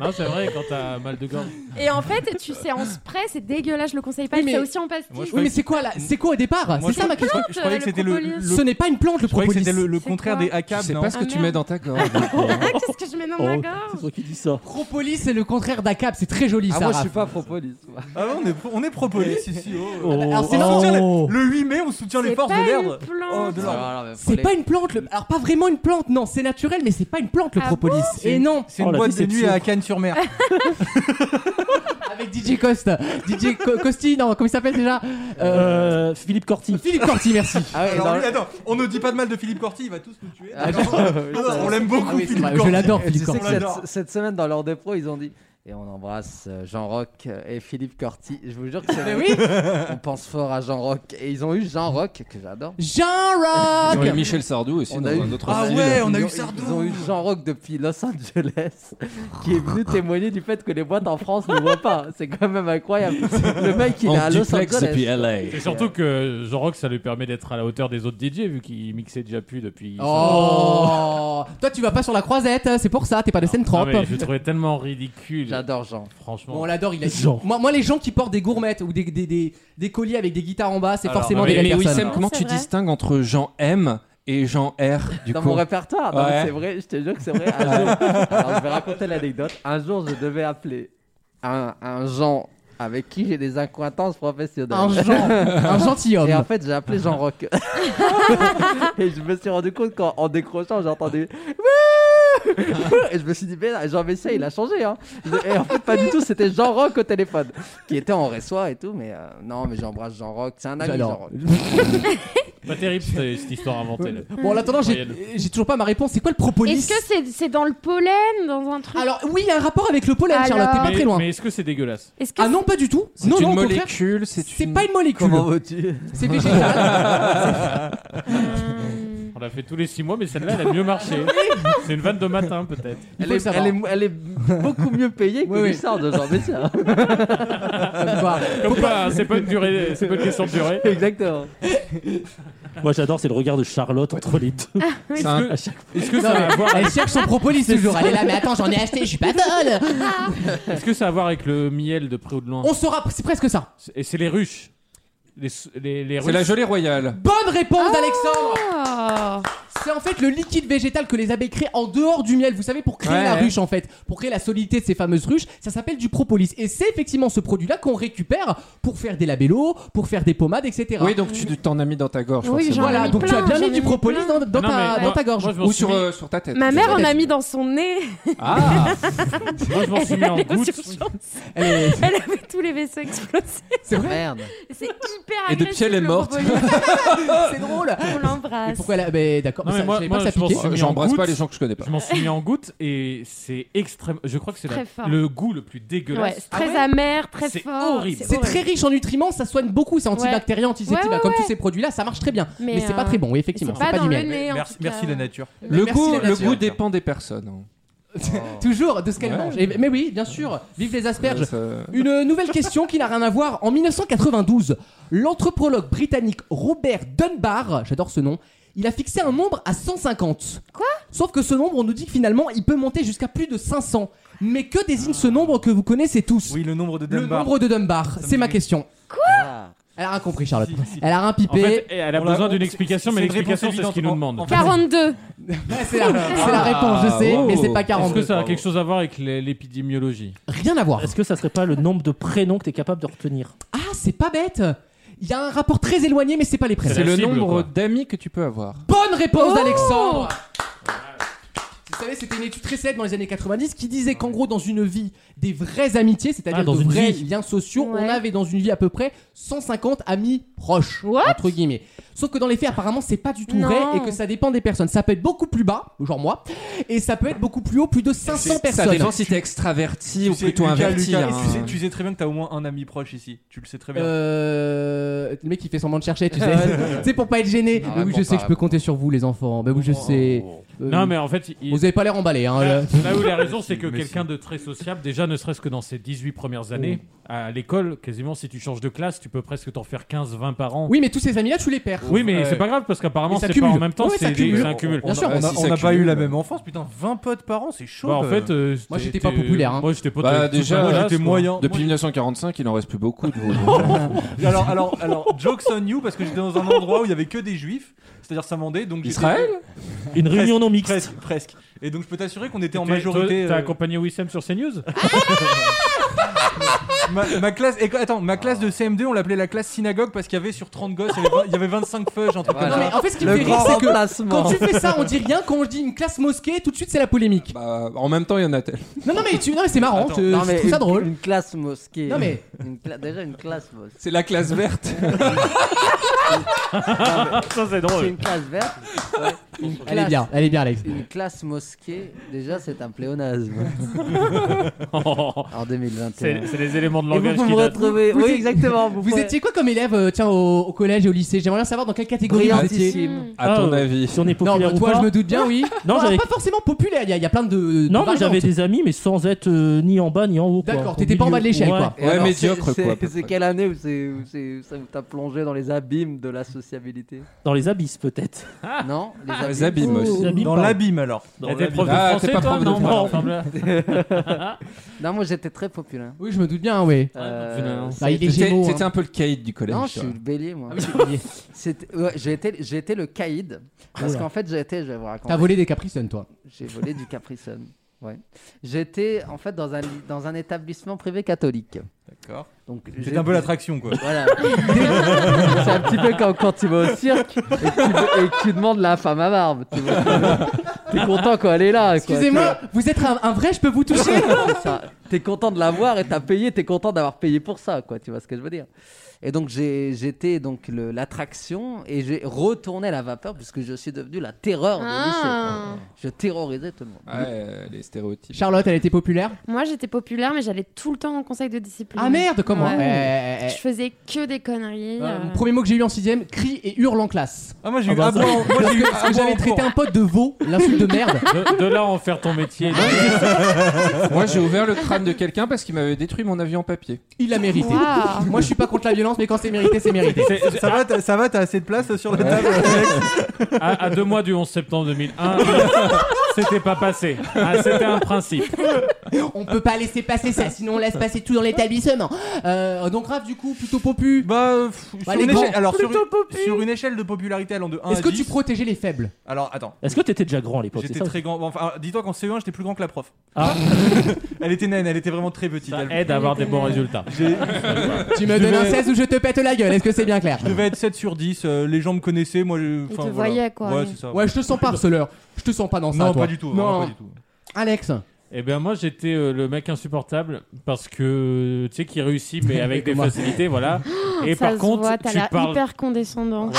S5: Non, c'est vrai quand t'as mal de gorge.
S8: et en fait tu sais en spray c'est dégueulasse je le conseille pas
S2: Oui,
S8: mais...
S2: mais-
S8: c'est aussi en pastille.
S5: Moi, je
S2: Oui, mais c'est quoi là C'est quoi au départ
S7: Moi,
S2: C'est
S7: je
S2: ça ma question.
S7: Je croyais que c'était le,
S8: propolis.
S7: le-
S2: Ce n'est pas une plante le
S7: je croyais que
S2: propolis.
S7: c'était le, le
S8: C'est
S7: contraire
S8: quoi
S7: des
S4: Je
S7: ACAB,
S4: sais
S7: non
S4: pas ce que
S8: Ah,
S4: tu
S8: merde.
S4: mets dans ta gorge.
S8: Ah, Qu'est-ce que je mets dans ma
S3: Oh,
S8: gorge
S3: C'est toi qui dis ça.
S2: Propolis, c'est le contraire d'ACAP, c'est très joli
S6: Ah,
S2: ça.
S6: moi je
S2: Raph.
S6: suis pas propolis.
S7: Ah ouais, on est, on est propolis ici. oh.
S2: Ah, bah, Alors, c'est
S7: On
S2: marrant.
S7: soutient les-
S3: Oh.
S7: Le 8 mai, on soutient
S8: C'est
S7: les forces
S8: pas
S7: de l'ordre.
S8: une plante.
S7: Oh, de l'ordre.
S2: C'est pas une plante, le- alors pas vraiment une plante, non, c'est naturel, mais c'est pas une plante le
S8: Ah
S2: propolis. Et non,
S7: C'est
S3: Oh,
S7: une
S3: la
S7: boîte de nuit
S3: déception.
S7: à Cannes-sur-Mer.
S2: avec DJ Costa, DJ Co- Costi, non, comment il s'appelle déjà Euh,
S3: Euh, Philippe Corti.
S2: Philippe Corti, merci.
S6: Ah ouais,
S7: Alors
S6: dans-
S7: lui, attends, on ne dit pas de mal de Philippe Corti, il va tous nous tuer.
S6: Ah,
S7: Non,
S6: je-
S7: on l'aime beaucoup,
S2: Ah oui, c'est
S7: Philippe
S2: vrai, je
S7: Corti.
S2: l'adore
S6: Et tu
S2: Philippe
S6: sais que
S2: Corti.
S7: Corti. On l'adore.
S6: cette, cette semaine dans l'ordre des pros, ils ont dit Et on embrasse euh, Jean Rock et Philippe Corti. Je vous jure que c'est
S9: Mais
S6: vrai.
S9: oui
S6: On pense fort à Jean Rock. Et ils ont eu Jean Rock, que j'adore.
S2: Jean-Rock
S4: Ils ont eu Michel Sardou aussi
S6: On
S4: dans
S6: a eu-
S4: un autre
S6: Ah
S4: style.
S6: ouais, on a eu Sardou. Ils ont eu Jean Rock depuis Los Angeles qui est venu témoigner du fait que les boîtes en France ne voient pas. C'est quand même incroyable. Le mec, il est à
S4: En
S6: Los
S4: duplex depuis
S6: Angeles.
S4: LA.
S5: C'est surtout que Jean Rock, ça lui permet d'être à la hauteur des autres DJ vu qu'il mixait déjà plus depuis.
S2: Oh Toi, tu vas pas sur la croisette, c'est pour ça, t'es pas de scène
S5: Non,
S2: trempe.
S5: mais je le trouvais tellement ridicule.
S6: J'adore Jean.
S5: Franchement.
S2: Bon, on l'adore, il a
S3: Jean.
S2: Moi, moi, les gens qui portent des gourmettes ou des, des, des, des colliers avec des guitares en bas, c'est
S5: Alors,
S2: forcément
S5: non,
S2: des
S5: mais-
S2: belles
S4: Ah, Mais
S2: personnes.
S4: Wissem, comment
S8: Non,
S4: tu
S8: c'est vrai.
S4: distingues entre Jean M et Jean R du
S6: dans
S4: coup
S6: mon répertoire. Non, mais
S4: Ouais.
S6: c'est vrai, je te jure que c'est vrai. Un jour, alors, je vais raconter l'anecdote. Un jour, je devais appeler un, un Jean avec qui j'ai des acquaintances professionnelles.
S2: Un Jean, un gentilhomme.
S6: Et en fait, j'ai appelé Jean Rock. et je me suis rendu compte qu'en en décrochant, j'ai entendu. Wouh et je me suis dit, mais là, Jean Messia, il a changé. Hein. Et en fait, pas du tout, c'était Jean Rock au téléphone, qui était en reçoit et tout. Mais euh, non, mais j'embrasse Jean Rock. C'est un ami, Jean
S2: J'adore.
S6: Rock.
S5: Pas terrible c'est- cette histoire inventée. là.
S2: Bon, en attendant, j'ai
S5: Incroyable.
S2: j'ai toujours pas ma réponse. C'est quoi le propolis
S8: Est-ce que c'est c'est dans le pollen, dans un truc
S2: Alors, oui, il y a un rapport avec le pollen,
S8: Alors-
S2: Charlotte, t'es pas
S5: Mais-
S2: très loin.
S5: Mais est-ce que c'est dégueulasse
S8: Est-ce que
S2: Ah non, pas du tout.
S4: C'est
S2: Non, non,
S4: une
S2: au contraire,
S4: molécule, c'est
S2: C'est
S4: une...
S2: pas une molécule.
S6: Comment vas-tu
S2: C'est végétal.
S8: Euh,
S5: On l'a fait tous les 6 mois, mais celle-là, elle a mieux marché. c'est une vanne de matin, peut-être.
S2: Il
S6: elle
S2: faut le
S6: est,
S2: savoir.
S6: elle est- elle est beaucoup mieux payée que
S2: Oui, oui.
S6: Richard de Jean Messia.
S2: Ça me va.
S5: Comme quoi, hein, c'est pas une durée, c'est pas une question de durée.
S6: Exactement.
S3: Moi, j'adore, c'est le regard de Charlotte entre les deux.
S4: c'est un-
S3: À chaque fois.
S5: Est-ce que,
S2: Non,
S5: ça a à
S2: mais
S5: voir-
S2: elle cherche son propolis toujours. Elle est là, mais attends, j'en ai acheté, je suis pas folle.
S5: est-ce que ça a à voir avec le miel de près ou de loin
S2: On saura, c'est presque ça.
S5: Et c'est les ruches. Les, les, les
S4: C'est la
S5: ruches.
S4: gelée royale.
S2: Bonne réponse,
S5: Ah.
S2: Alexandre.
S8: oh.
S2: C'est en fait le liquide végétal que les abeilles créent en dehors du miel, vous savez, pour créer
S4: Ouais,
S2: la
S4: ouais.
S2: ruche en fait, pour créer la solidité de ces fameuses ruches. Ça s'appelle du propolis. Et c'est effectivement ce produit-là qu'on récupère pour faire des labellos, pour faire des pommades, etc.
S4: Oui, donc tu t'en as mis dans ta gorge.
S8: Oui,
S4: forcément.
S8: j'en ai
S2: voilà,
S8: mis
S2: donc tu as
S8: plein,
S2: bien
S8: j'en
S2: mis
S8: ai
S2: du
S8: mis
S2: propolis dans,
S8: plein.
S2: dans ta,
S5: Non, mais moi-
S2: dans ta gorge.
S5: moi, je m'en
S4: Ou
S5: suis
S4: sur,
S5: mis-
S4: euh, sur ta tête.
S8: Ma mère en
S2: tête.
S8: a mis dans son nez.
S4: Ah
S5: Moi, je m'en suis mis en goutte.
S2: Elle est-
S8: Elle avait tous les vaisseaux explosés.
S2: C'est vrai,
S6: Merde.
S8: C'est hyper
S4: Et
S8: agressif.
S4: depuis, elle est
S8: le
S4: morte.
S8: propolis.
S2: Oh, c'est drôle.
S8: On
S2: Mais
S8: l'embrasse.
S2: pourquoi elle a... mais d'accord,
S5: Non,
S2: mais
S5: mais
S2: ça,
S5: moi-
S2: je savais
S5: moi,
S2: pas
S5: je pense-
S2: s'appliquer.
S5: mis en
S4: J'embrasse pas
S5: goutte.
S4: les gens que je connais pas.
S5: Je m'en suis mis en goutte et c'est extrême. Je crois que c'est la-
S8: Très fort.
S5: le goût le plus
S8: Ah Ouais,
S5: dégueulasse.
S8: c'est très amer, très
S5: C'est
S8: fort.
S5: horrible.
S2: C'est
S8: horrible.
S2: très riche en nutriments, ça soigne beaucoup, c'est antibactérien, antiseptique,
S8: Ouais, ouais,
S2: bah, comme tous ces produits-là, ça marche très bien. Mais,
S8: Mais,
S2: c'est pas
S8: euh,
S2: très bon, oui, effectivement,
S8: c'est
S2: c'est
S8: pas
S2: pas
S8: dans
S2: du
S8: le
S2: miel.
S8: nez, en
S7: Merci,
S8: tout cas.
S7: merci la nature.
S4: Le
S2: Merci,
S4: goût,
S2: la
S4: le
S2: nature.
S4: goût dépend des personnes.
S2: Toujours de ce qu'elle
S4: Ouais.
S2: mange. Et- mais oui, bien sûr, vive les asperges.
S4: Ça-
S2: Une nouvelle question qui n'a rien à voir. En 1992, l'anthropologue britannique Robert Dunbar, j'adore ce nom, il a fixé un nombre à 150.
S8: Quoi
S2: Sauf que ce nombre, on nous dit que finalement, il peut monter jusqu'à plus de 500. Mais que désigne ce nombre que vous connaissez tous
S7: Oui, le nombre de
S2: Le
S7: Dunbar.
S2: nombre de Dunbar, c'est ma
S7: dit-
S2: question.
S6: Ah
S2: Elle a rien compris, Charlotte. Elle a rien
S5: En
S2: pipé.
S5: fait, elle a
S7: On l'a-
S5: besoin d'une
S7: c'est-
S5: explication,
S7: c'est
S5: mais
S7: une
S5: l'explication,
S7: réponse
S5: c'est ce qu'il nous
S7: évidente. En-
S5: demande.
S7: en fait,
S8: 42.
S2: C'est la,
S8: Ah.
S2: c'est la réponse, je sais,
S4: oh.
S2: mais c'est pas
S5: Est-ce
S2: 42.
S5: que ça a quelque chose à voir avec les- l'épidémiologie
S2: Rien à voir.
S3: Est-ce que ça serait pas le nombre de prénoms que t'es capable de retenir
S2: Ah, c'est pas bête. Il y a un rapport très éloigné, mais c'est pas les prénoms.
S5: C'est
S4: C'est le
S5: la cible,
S4: nombre
S5: quoi.
S4: d'amis que tu peux avoir.
S2: Bonne réponse
S8: Oh
S2: d'Alexandre. Vous savez, c'était une étude très célèbre dans les années 90 qui disait qu'en gros, dans une vie, des vraies amitiés, c'est-à-dire
S3: Ah, dans
S2: de
S3: une
S2: vrais
S3: vie.
S2: liens sociaux,
S8: Ouais.
S2: on avait dans une vie à peu près 150 amis proches,
S8: What
S2: entre guillemets. Sauf que dans les faits, apparemment, c'est pas du tout
S8: Non.
S2: vrai et que ça dépend des personnes. Ça peut être beaucoup plus bas, genre moi, et ça peut être beaucoup plus haut, plus de 500 personnes.
S4: Ça dépend si t'es extraverti ou
S7: tu sais,
S4: plutôt
S7: Lucas,
S4: inverti.
S7: Lucas,
S4: hein.
S7: tu, sais, tu sais très bien que t'as au moins un ami proche ici. Tu le sais très bien.
S2: Euh, le mec qui fait semblant de chercher, tu sais. tu sais, pour pas être gêné.
S4: Non,
S2: Bah oui,
S4: réponds
S2: je sais
S4: pas,
S2: que je peux
S4: réponds
S2: compter sur vous, les enfants. Bah oui, je sais. Euh,
S5: Non, mais en fait, il-
S2: Vous avez pas l'air emballé, hein.
S5: Là,
S2: là.
S5: là où il a raison, c'est que
S7: Mais si.
S5: quelqu'un de très sociable, déjà ne serait-ce que dans ses 18 premières années, à l'école, quasiment si tu changes de classe, tu peux presque t'en faire 15-20 par an.
S2: Oui, mais tous ces amis-là, tu les perds.
S5: Oui, mais
S7: Ouais.
S5: c'est pas grave parce qu'apparemment
S2: Et ça
S5: c'est pas en
S2: cumule.
S5: même temps,
S2: Ouais, ça
S5: c'est
S2: cumule.
S5: des- c'est un cumul.
S7: on
S2: bien sûr.
S7: a- on a-
S4: Si
S7: on
S4: ça
S7: n'a pas eu la
S4: cumule.
S7: même enfance, putain, 20 potes par an, c'est chaud.
S5: Bah, en
S7: quand
S5: fait,
S7: même.
S5: euh,
S2: Moi, j'étais
S5: t'es-
S2: pas populaire, hein.
S5: Moi j'étais pas.
S4: Bah,
S5: t'es- t'es
S4: déjà,
S5: pas
S7: Moi,
S5: classe,
S7: j'étais
S5: quoi.
S7: moyen.
S4: Depuis
S7: Moi,
S4: 1945, il en reste plus beaucoup de vous.
S7: alors, alors, alors, jokes on you, parce que j'étais dans un endroit où il y avait que des juifs, c'est-à-dire Samandé, donc j'étais- euh,
S4: Israël
S3: Une réunion non mixte.
S7: Presque, presque. Et donc je peux t'assurer qu'on était en
S5: T'es-
S7: majorité.
S5: toi, T'as
S7: euh,
S5: accompagné Wissem sur CNews
S7: ma, ma classe, et, attends, ma classe de CM2, on l'appelait la classe synagogue parce qu'il y avait sur 30 gosses, il y avait, vingt- il y avait 25 feuges, un truc
S2: Non,
S7: comme
S2: mais
S7: ça.
S2: en fait, ce qui me
S6: Le
S2: fait rire,
S6: grand
S2: c'est que quand
S6: remplacement.
S2: tu fais ça, on dit rien. Quand on dit une classe mosquée, tout de suite, c'est la polémique.
S4: Bah, en même temps, il y en a tel.
S2: Non, non, mais, tu... non, mais c'est marrant.
S7: Attends,
S2: tu-
S6: Non,
S2: je
S6: mais
S2: trouve ça
S6: une-
S2: drôle.
S6: Une classe mosquée.
S2: Non, mais-
S6: Une cla- Déjà une classe mosquée.
S4: C'est la classe verte.
S5: Ça, c'est
S6: C'est
S5: drôle.
S6: une classe verte. Ouais. Une
S2: Elle est
S6: classe-
S2: bien, elle est bien, Alex.
S6: Une classe mosquée, déjà, c'est un pléonasme en
S5: C'est
S6: 2021.
S5: c'est les éléments de
S6: Et
S5: langage
S6: vous
S5: qui
S6: pouvez
S5: datent.
S6: retrouver.
S2: Vous
S6: oui,
S2: êtes-
S6: exactement.
S2: Vous
S6: pouvez-
S2: étiez quoi comme élève, euh, tiens, au, au collège et au lycée J'aimerais bien savoir dans quelle catégorie vous étiez.
S6: brillantissime.
S4: À ton
S3: Ah,
S4: avis.
S3: Si on est
S2: Non,
S3: populaire
S2: bah,
S3: ou
S2: toi,
S3: pas.
S2: je me doute bien, oui.
S3: Non,
S2: Enfin,
S3: j'avais-
S2: pas forcément populaire. Il y, a- il y a plein de. de
S3: Non, mais
S2: variantes.
S3: j'avais des amis, mais sans être euh, ni en bas ni en haut. quoi.
S2: D'accord,
S3: Au
S2: t'étais pas en bas de
S3: milieu.
S2: l'échelle, quoi.
S6: Et
S4: Ouais,
S6: alors,
S4: médiocre,
S6: c'est-
S4: quoi, à
S6: c'est-
S4: peu
S6: C'est
S4: près.
S6: quelle année où, c'est- où c'est- ça vous t'a plongé dans les abîmes de la sociabilité
S3: Dans les abysses, peut-être.
S6: Non Les abîmes.
S4: Ah, Les abîmes aussi.
S3: Les abîmes,
S7: Dans
S3: pardon.
S7: l'abîme alors.
S5: Dans T'es prof de
S4: Ah,
S5: français,
S4: t'es pas
S5: toi
S4: prof de
S5: Non,
S4: français.
S5: il me semble.
S6: Non, moi j'étais très populaire.
S2: Oui, je me doute bien, oui.
S6: Euh,
S5: non,
S2: Bah, il est
S4: T'étais
S2: gémeaux.
S4: t'étais
S2: hein.
S4: un peu le caïd du collège.
S6: non, je
S4: tu
S6: suis
S4: vois.
S6: le bélier, moi.
S2: bélier.
S6: C'était- ouais, J'ai été, j'ai été le caïd. Parce qu'en fait, j'ai été, je vais vous raconter.
S2: T'as volé des Capri Sun, toi.
S6: J'ai volé du Capri Sun. Ouais. J'étais en fait dans un, li- dans un établissement privé catholique.
S4: D'accord.
S6: Donc
S7: C'est
S6: j'ai-
S7: un peu l'attraction quoi.
S6: Voilà. c'est un petit peu comme quand tu vas au cirque et que tu, et que tu demandes la femme à barbe. Tu vois. T'es content quand elle est là. quoi.
S2: Excusez-moi, vous êtes un, un vrai, je peux vous toucher
S6: C'est ça. T'es content de l'avoir et t'as payé, t'es content d'avoir payé pour ça, quoi. Tu vois ce que je veux dire Et donc j'ai- j'étais donc le- l'attraction et j'ai retourné la vapeur puisque je suis devenu la terreur de lycée.
S8: Ah.
S6: Je terrorisais tout le monde.
S4: Ouais, les stéréotypes.
S2: Charlotte, elle était populaire
S8: Moi, j'étais populaire, mais j'allais tout le temps en conseil de discipline.
S2: Ah merde, comment
S8: Ouais.
S2: Eh, eh,
S8: Je
S2: eh.
S8: faisais que des conneries.
S2: Euh,
S8: euh.
S2: le Premier mot que j'ai eu en 6ème, crie et hurle en classe.
S7: Ah moi j'ai
S3: Ah
S7: eu
S3: bah,
S7: ah,
S3: ça-
S7: moi, moi, j'ai eu
S2: Parce
S7: ah,
S2: que j'avais
S7: bon,
S2: traité
S7: bon.
S2: un pote de veau, l'insulte de merde.
S5: De, de là en faire ton métier.
S4: Moi, j'ai ouvert le crâne de quelqu'un parce qu'il m'avait détruit mon avis en papier.
S2: Il l'a mérité.
S8: Waouh.
S2: Moi, je suis pas contre la violence, mais quand c'est mérité, c'est mérité.
S5: C'est-
S7: Ça va, t'as- ça va, t'as assez de place sur la table. euh, Alex
S5: à, à deux mois du 11 septembre 2001, c'était pas passé. Ah, c'était un principe.
S2: On peut pas laisser passer ça, sinon on laisse passer tout dans l'établissement. Euh, donc Raph, du coup, plutôt popu.
S7: Bah, euh, pff, sur,
S2: les
S7: une
S2: grands.
S7: échelle, alors, sur, une, sur une échelle de popularité allant de 1
S2: Est-ce
S7: à
S2: que
S7: 10,
S2: tu protégeais les faibles
S7: Alors attends,
S3: Est-ce que t'étais déjà grand à l'époque c'est
S7: j'étais
S3: ça
S7: très grand. Enfin, alors, dis-toi qu'en CE1, j'étais plus grand que la prof.
S3: Ah.
S7: elle était naine, elle était vraiment très petite.
S5: Ça
S7: elle-
S5: aide à avoir des bons résultats.
S7: j'ai-
S2: Tu me
S7: Je
S2: donnes un
S7: vais-
S2: 16 ou je te pète la gueule, est-ce que c'est bien clair
S7: Je devais être 7 sur 10, euh, les gens me connaissaient, moi. je-
S8: Ils
S7: enfin,
S8: te
S7: voilà.
S8: voyaient, quoi.
S7: Ouais, c'est ça.
S2: Ouais, je te sens pas harceleur. Je te sens pas dans ça.
S7: non,
S2: toi.
S7: pas du tout.
S2: Non.
S7: vraiment pas du tout.
S2: Alex,
S5: Eh bien, moi, j'étais euh, le mec insupportable parce que tu sais, qui réussit, mais avec des facilités, voilà. Et
S8: Ça
S5: par
S8: se
S5: contre,
S8: voit, t'as
S5: tu
S8: l'air
S5: parles.
S8: hyper condescendant.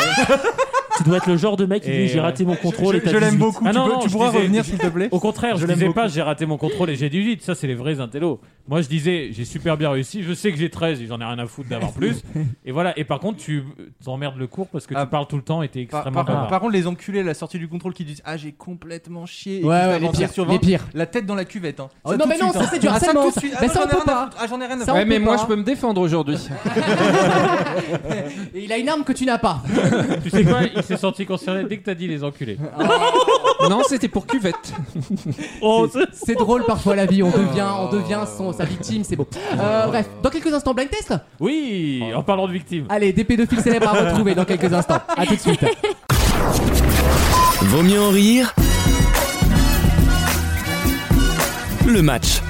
S3: Tu dois être le genre de mec qui
S5: Et
S3: dit j'ai
S5: ouais.
S3: raté mon contrôle
S7: Je-
S3: et t'as
S7: je l'aime
S3: 18.
S7: beaucoup.
S5: Ah
S7: tu
S5: non,
S7: peux-
S5: non,
S7: tu
S5: je
S7: pourras
S5: disais-
S7: revenir, s'il te plaît
S5: Au contraire,
S7: Je
S5: je,
S7: l'aime
S5: disais
S7: beaucoup.
S5: pas j'ai raté mon contrôle et j'ai 18, ça c'est les vrais intellos. Moi je disais j'ai super bien réussi, je sais que j'ai 13, j'en ai rien à foutre d'avoir plus. Et voilà, et par contre tu t'emmerdes le cours parce que
S7: Ah.
S5: tu parles tout le temps et t'es
S7: Par,
S5: extrêmement
S7: par-
S5: bavard.
S7: par contre, les enculés à la sortie du contrôle qui disent Ah, j'ai complètement chié. et
S2: ouais,
S7: qui se
S2: ouais,
S7: fait
S2: les
S7: avancer
S2: pires,
S7: sur
S2: les
S7: 20,
S2: pires.
S7: La tête dans la cuvette. Hein.
S2: Oh, non,
S7: tout
S2: mais
S7: de
S2: non,
S7: suite,
S2: ça, c'est du
S7: Ah, tout de
S2: harcèlement.
S7: suite. Ah,
S2: Mais
S7: non,
S2: ça, on
S7: j'en ai
S2: peut
S7: rien à
S2: pas.
S7: foutre. Ah, j'en ai rien à
S2: Ça, on
S7: foutre.
S4: Ouais, mais
S2: peut
S4: moi,
S2: pas.
S4: je peux me défendre aujourd'hui.
S2: Et il a une arme que tu n'as pas.
S5: Tu sais quoi, il s'est senti concerné dès que t'as dit les enculés.
S4: non, c'était pour cuvette.
S3: Oh, c'est-
S2: C'est drôle parfois la vie, on devient, on devient son, sa victime, c'est beau. Euh, bref, dans quelques instants, blind test
S5: Oui, en parlant de victimes.
S2: Allez, des pédophiles célèbres à retrouver dans quelques instants. A tout de suite.
S1: Vaut mieux en rire. Le match.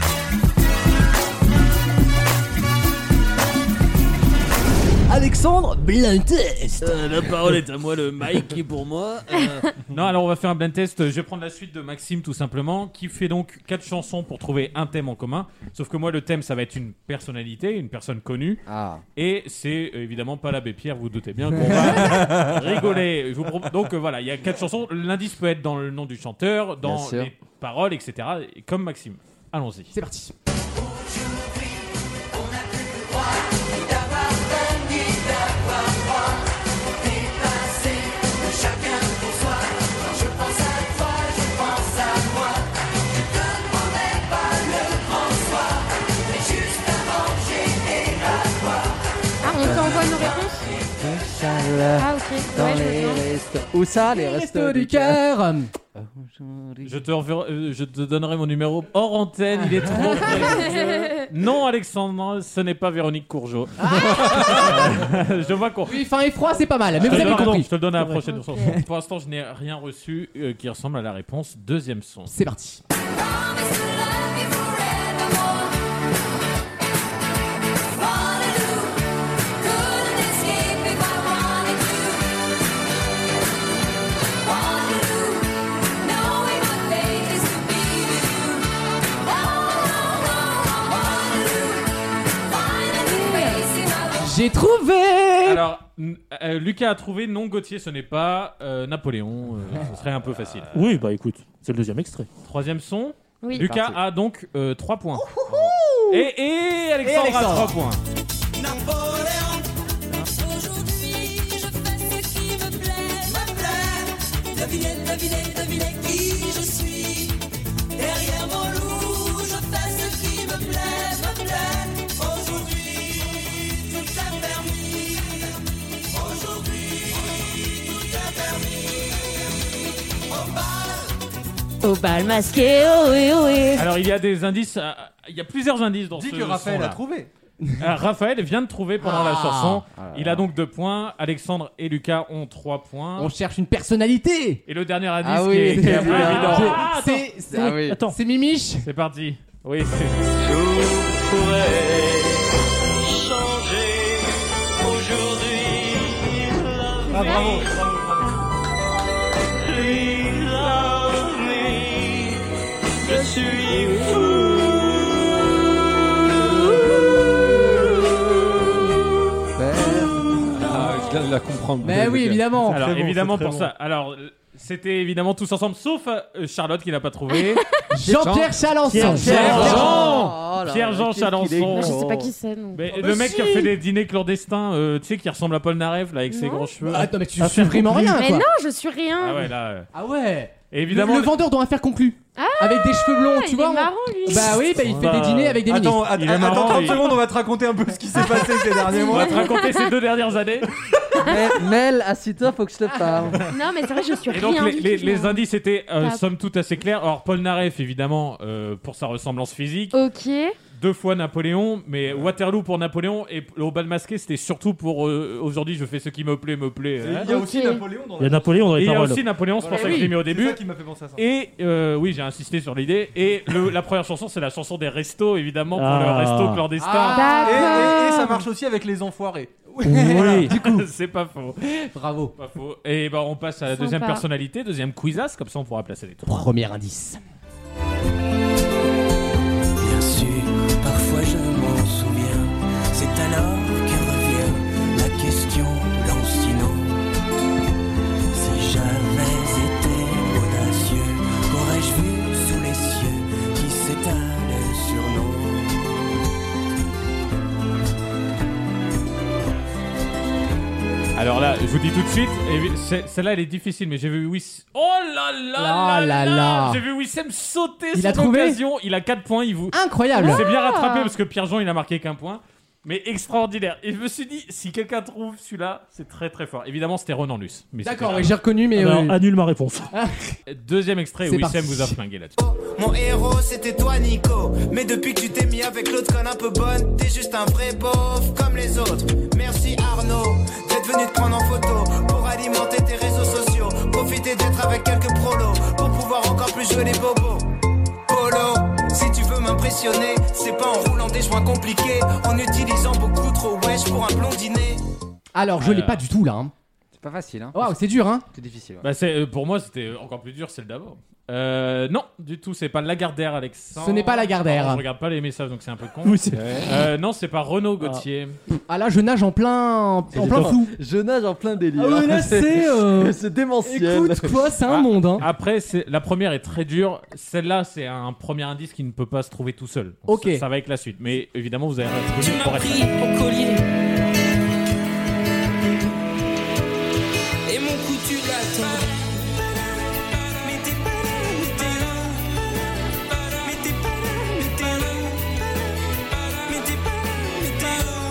S9: Alexandre Blintest.
S3: Euh, la parole est à moi, le mic est pour moi. Euh,
S5: Non, alors on va faire un blind test. Je vais prendre la suite de Maxime tout simplement, qui fait donc quatre chansons pour trouver un thème en commun. Sauf que moi, le thème, ça va être une personnalité, une personne connue.
S6: Ah.
S5: Et c'est euh, évidemment pas l'abbé Pierre, vous vous doutez bien qu'on va rigoler. Je vous propose- Donc euh, voilà, il y a quatre chansons. L'indice peut être dans le nom du chanteur,
S6: Bien
S5: dans
S6: sûr.
S5: les paroles, etc. Et Comme Maxime. Allons-y.
S2: C'est parti.
S8: Ah, on t'envoie nos réponses Ah, ok.
S6: Dans
S8: Ouais, je veux
S6: les
S8: bien.
S6: restos. Où ça, les restos
S2: Resto
S6: du
S2: du
S6: cœur
S2: cœur.
S5: Je te, refer- euh, je te donnerai mon numéro hors antenne, il est
S2: Ah.
S5: trop précieux. Non, Alexandre, ce n'est pas Véronique Courgeot. je vois qu'on.
S2: Oui, fin et froid, c'est pas mal, mais
S5: Je te
S2: vous Ah. avez
S5: donne-
S2: compris.
S5: Je te le donne à la
S8: Ouais.
S5: prochaine
S8: Ok.
S5: chanson. Pour l'instant, je n'ai rien reçu euh, qui ressemble à la réponse. Deuxième son.
S2: C'est parti. J'ai trouvé
S5: Alors, n- euh, Lucas a trouvé non Gauthier, ce n'est pas euh, Napoléon. euh, ce serait un peu facile.
S3: Oui, bah écoute, c'est le deuxième extrait.
S5: Troisième son.
S8: Oui.
S5: Lucas
S6: Parti.
S5: a donc 3 points. Et, et Alexandre,
S2: Alexandre.
S5: a 3 points.
S10: Aujourd'hui, je fais ce qui me plaît, me plaît. Devinez, devinez, devinez qui je suis. Derrière mon loup, je fais ce qui me plaît, me plaît. Aujourd'hui, tout est permis. Aujourd'hui, tout est permis. Au bal,
S11: Au bal masqué, oh oui, oh oui.
S5: Alors, il y a des indices. euh, Il y a plusieurs indices dans
S7: Dis
S5: ce
S7: que Raphaël
S5: son-là.
S7: a trouvé.
S5: Euh, Raphaël vient de trouver pendant la
S2: Ah.
S5: chanson. Il a donc 2 points. Alexandre et Lucas ont 3 points.
S2: On cherche une personnalité
S5: Et le dernier indice
S6: Ah oui.
S5: qui est, qui est un peu
S6: Ah.
S5: évident.
S2: C'est-
S5: Ah, attends,
S2: C'est c'est-
S6: Ah oui.
S3: Attends.
S2: c'est Mimiche
S5: C'est parti. Oui, c'est-
S10: tout pourrait changer. Aujourd'hui, la
S7: bravo.
S10: nuit, la nuit, je suis
S4: Ah, je viens de la comprendre.
S2: Mais Bah Ben oui, évidemment
S5: Alors,
S7: très bon,
S5: évidemment,
S7: c'est
S5: pour
S7: très
S5: ça. Alors, euh, c'était évidemment tous ensemble, sauf euh, Charlotte qui n'a pas trouvé.
S2: Jean-Pierre Chalençon
S5: Pierre-Jean.
S6: Oh là là,
S5: Pierre-Jean
S6: qu'est-ce qu'il est
S5: Chalençon.
S8: Moi, je
S6: con.
S8: sais pas qui c'est. non.
S5: Mais le mec qui a fait des dîners clandestins, euh, tu sais, qui ressemble à Paul Nareff, là, avec ses
S8: Non.
S5: grands cheveux.
S2: Attends, mais tu
S3: Ah,
S2: suis
S3: faire
S2: vraiment
S3: conclure.
S2: rien
S8: Mais
S2: quoi
S8: non, je suis rien.
S5: Ah ouais, là. euh.
S2: Ah ouais
S5: Et évidemment,
S2: Le, le vendeur doit un faire conclu Avec des cheveux blonds,
S8: Ah,
S2: tu
S8: il
S2: vois
S8: est
S2: on-
S8: marrant, lui.
S2: Bah oui, bah il fait
S5: Bah,
S2: des dîners avec des
S7: Attends,
S2: ministres
S7: att-
S5: Il est marrant,
S7: attends 30
S5: il-
S7: secondes, on va te raconter un peu ce qui s'est passé ces derniers
S5: on va
S7: mois.
S5: te raconter ces deux dernières années.
S6: Mais- Mel, assis-toi, faut que je te parle.
S8: Non, mais c'est vrai, je suis
S5: Et
S8: rien.
S5: donc, les,
S8: du
S5: les-
S8: tout,
S5: les
S8: moi.
S5: indices étaient, euh,
S8: Pas-
S5: somme toute, assez clairs. Alors, Paul Nareff, évidemment, euh, pour sa ressemblance physique.
S8: Ok.
S5: Deux fois Napoléon, mais Waterloo pour Napoléon. Et au bal masqué, c'était surtout pour euh, aujourd'hui, je fais ce qui me plaît, me plaît.
S7: Il
S5: hein.
S7: y a aussi
S8: Ok.
S7: Napoléon
S3: Il
S7: dans
S3: y a
S7: la
S3: Napoléon dans
S5: Et
S3: les
S5: il y a
S3: paroles.
S5: aussi Napoléon, c'est pour
S7: Voilà.
S5: ça que je l'ai mis au
S7: C'est
S5: début.
S7: ça qui m'a fait penser à ça.
S5: Et euh, oui, j'ai insisté sur l'idée. Et le- la première chanson, c'est la chanson des restos, évidemment, pour le
S3: Ah.
S5: resto clandestin.
S8: Ah,
S7: Et, et- et ça
S8: D'accord.
S7: marche aussi avec les enfoirés.
S3: Oui.
S5: c'est pas faux.
S2: Bravo
S5: Pas faux. Et ben, on passe à la
S8: Sympa.
S5: deuxième personnalité, deuxième quizasse, comme ça on pourra placer les trois.
S2: Premier indice
S9: Bien sûr, parfois je m'en souviens. C'est alors que revient la question lancinante. Si j'avais été audacieux, qu'aurais-je vu sous les cieux qui s'étalent sur nous
S5: Alors là, je vous dis tout de suite, et c'est- celle-là elle est difficile, mais j'ai vu Wissem. Oh là là
S2: Ah Là
S5: là là,
S2: là là.
S5: J'ai vu Wissem sauter
S2: Il
S5: son
S2: a trouvé Ah.
S5: occasion. Il a 4 points, il vous.
S2: Incroyable
S5: C'est bien rattrapé parce que Pierre-Jean il a marqué qu'un point. Mais extraordinaire. Et je me suis dit, si quelqu'un trouve celui-là, c'est très très fort. Évidemment, c'était Ronan Luce. mais
S2: D'accord,
S5: c'était-
S2: ouais, j'ai reconnu, mais
S3: Alors,
S2: euh,
S3: annule ma réponse.
S5: Deuxième extrait,
S2: C'est
S5: où Wissem
S2: parti.
S5: vous a flingué là-dessus.
S9: Mon héros c'était toi Nico Mais depuis que tu t'es mis avec l'autre conne un peu bonne T'es juste un vrai bof comme les autres Merci Arnaud d'être venu te prendre en photo Pour alimenter tes réseaux sociaux Profiter d'être avec quelques prolos Pour pouvoir encore plus jouer les bobos Polo, si tu veux m'impressionner C'est pas en roulant des joints compliqués En utilisant beaucoup trop wesh pour un blondinet
S2: Alors je l'ai pas du tout là hein.
S6: C'est pas facile, hein.
S2: Waouh, c'est dur hein
S6: C'est difficile. ouais.
S5: Bah c'est, euh, pour moi, c'était encore plus dur celle d'avant. Euh, non, du tout, c'est pas Lagardère, Alexandre.
S2: Ce n'est pas Lagardère.
S5: Pardon, Je regarde pas les messages, donc c'est un peu con.
S3: Oui, c'est-
S5: Euh, non, c'est pas Renaud Gauthier.
S2: Ah là je nage en plein en plein
S3: étonnant.
S2: flou
S6: Je nage en plein délire.
S2: Ah ouais, là, c'est, euh,
S6: c'est démentiel.
S2: Écoute quoi, c'est un
S5: Ah.
S2: monde hein
S5: Après, c'est, la première est très dure. Celle-là, c'est un premier indice qui ne peut pas se trouver tout seul. Donc,
S2: Ok.
S5: Ça, ça va avec la suite. Mais évidemment, vous avez
S10: Tu
S5: reconnu pour
S10: m'as
S5: être-
S10: pris au collier Et mon coup tu l'attends Mais t'es pas là, mais t'es là Mais t'es pas là, mais t'es là Mais t'es pas là, mais t'es là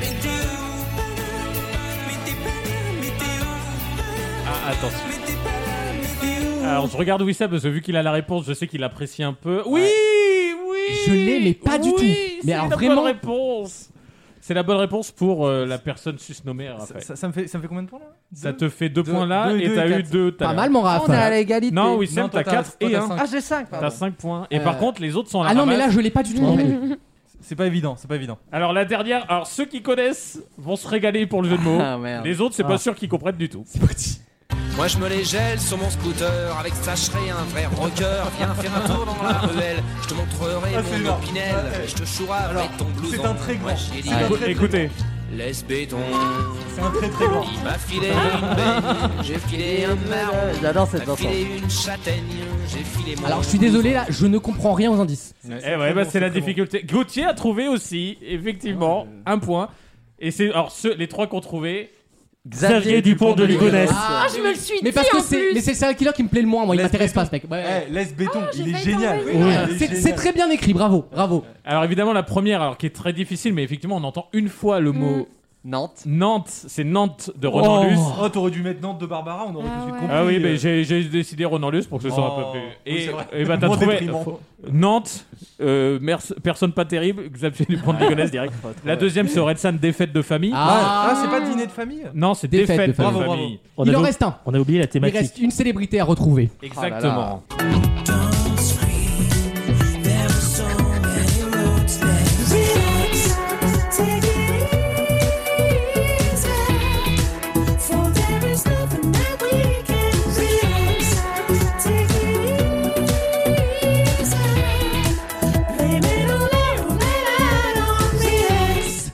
S10: Mais t'es là Mais t'es pas là, mais t'es là
S5: Ah, attention.
S10: Mais t'es pas là, mais t'es là
S5: Alors, je regarde Wissam parce que vu qu'il a la réponse, je sais qu'il apprécie un peu. Oui, oui.
S2: Je l'ai, mais pas du
S5: Oui,
S2: tout.
S5: c'est
S2: Mais alors,
S5: la
S2: vraiment-
S5: bonne réponse. C'est la bonne réponse pour euh, la personne susnommée.
S7: Ça,
S5: Raphaël.
S7: ça- ça me fait, ça me fait combien de points là
S5: Ça te fait deux
S7: Deux-
S5: points là
S7: deux,
S5: et
S7: deux et
S5: t'as eu
S7: quatre.
S5: deux. tout à
S2: Pas
S5: l'heure.
S2: mal mon Raph
S6: On est à l'égalité.
S5: Non, Wissem,
S7: Non,
S5: t'as
S7: toi,
S5: 4
S7: toi,
S5: et
S7: t'as
S5: 1.
S7: cinq.
S6: Ah, j'ai 5, pardon.
S5: T'as 5 points. Et
S2: Euh,
S5: par contre, les autres sont à la
S2: Ah non mais là
S5: ramasse.
S2: je l'ai pas du tout hein.
S7: C'est pas évident, c'est pas évident.
S5: Alors la dernière, alors ceux qui connaissent vont se régaler pour le jeu de mots.
S6: Ah, merde.
S5: Les autres, c'est pas sûr qu'ils comprennent du tout.
S2: C'est parti
S10: Aujourd'hui,
S9: Moi je me les gèle sur mon scooter Avec Sacheré un vrai rocker Viens faire un tour dans la ruelle Je te montrerai
S10: Ah, c'est
S9: mon
S10: énorme.
S9: opinel
S10: Ouais.
S9: Je te chouerai ton blouson
S10: c'est un très
S9: Moi,
S10: grand.
S9: j'ai dit-
S10: C'est un très, très
S5: Écoutez.
S9: Laisse béton
S10: C'est un très très grand.
S9: Il m'a filé une
S10: Ah.
S9: bête J'ai filé un marron
S6: J'adore cette
S9: M'a filé
S6: chanson.
S9: une châtaigne J'ai filé mon
S2: Alors je suis désolé là, je ne comprends rien aux indices.
S5: Eh ouais, bah, c'est la difficulté. Gauthier a trouvé aussi, effectivement, un point. Et c'est alors ceux, les trois qu'on trouvé.
S2: Xavier Dupont de Ligonnès. Ah,
S8: je me le suis
S2: Mais
S8: dit
S2: parce que
S8: en
S2: c'est
S8: plus.
S2: mais c'est le serial killer qui me plaît le moins, moi il m'intéresse pas ce mec.
S7: laisse béton, il est
S8: failli
S7: génial.
S2: Ouais.
S7: Oui, Eh, il est
S2: C'est-
S7: génial.
S2: C'est très bien écrit, bravo, bravo.
S5: Alors évidemment la première, alors qui est très difficile, mais effectivement on entend une fois le mot
S6: Nantes.
S5: Nantes, c'est Nantes de Ronan Luce.
S7: Oh, t'aurais dû mettre Nantes de Barbara, on aurait tout de suite compris.
S5: Ah oui, mais j'ai j'ai décidé Ronan Luce pour que ce soit un
S7: Oh,
S5: peu plus.
S7: oui,
S5: Et,
S7: c'est vrai.
S5: et bah t'as
S7: Moins
S5: trouvé
S7: déprimant.
S5: faut- Nantes, euh, mers- personne pas terrible, Xavier Dupont de Ligonnès direct. La deuxième c'est Red Sun, défaite de famille.
S7: Ah, ah, c'est pas dîner de famille
S5: Non, c'est
S2: Défaite
S5: défaite,
S2: de
S5: de famille.
S2: famille.
S3: On
S2: Il
S3: a
S2: en
S3: oublié-
S2: reste un.
S3: On a oublié la
S2: Il
S3: thématique.
S2: reste une célébrité à retrouver.
S5: Oh Ah Exactement.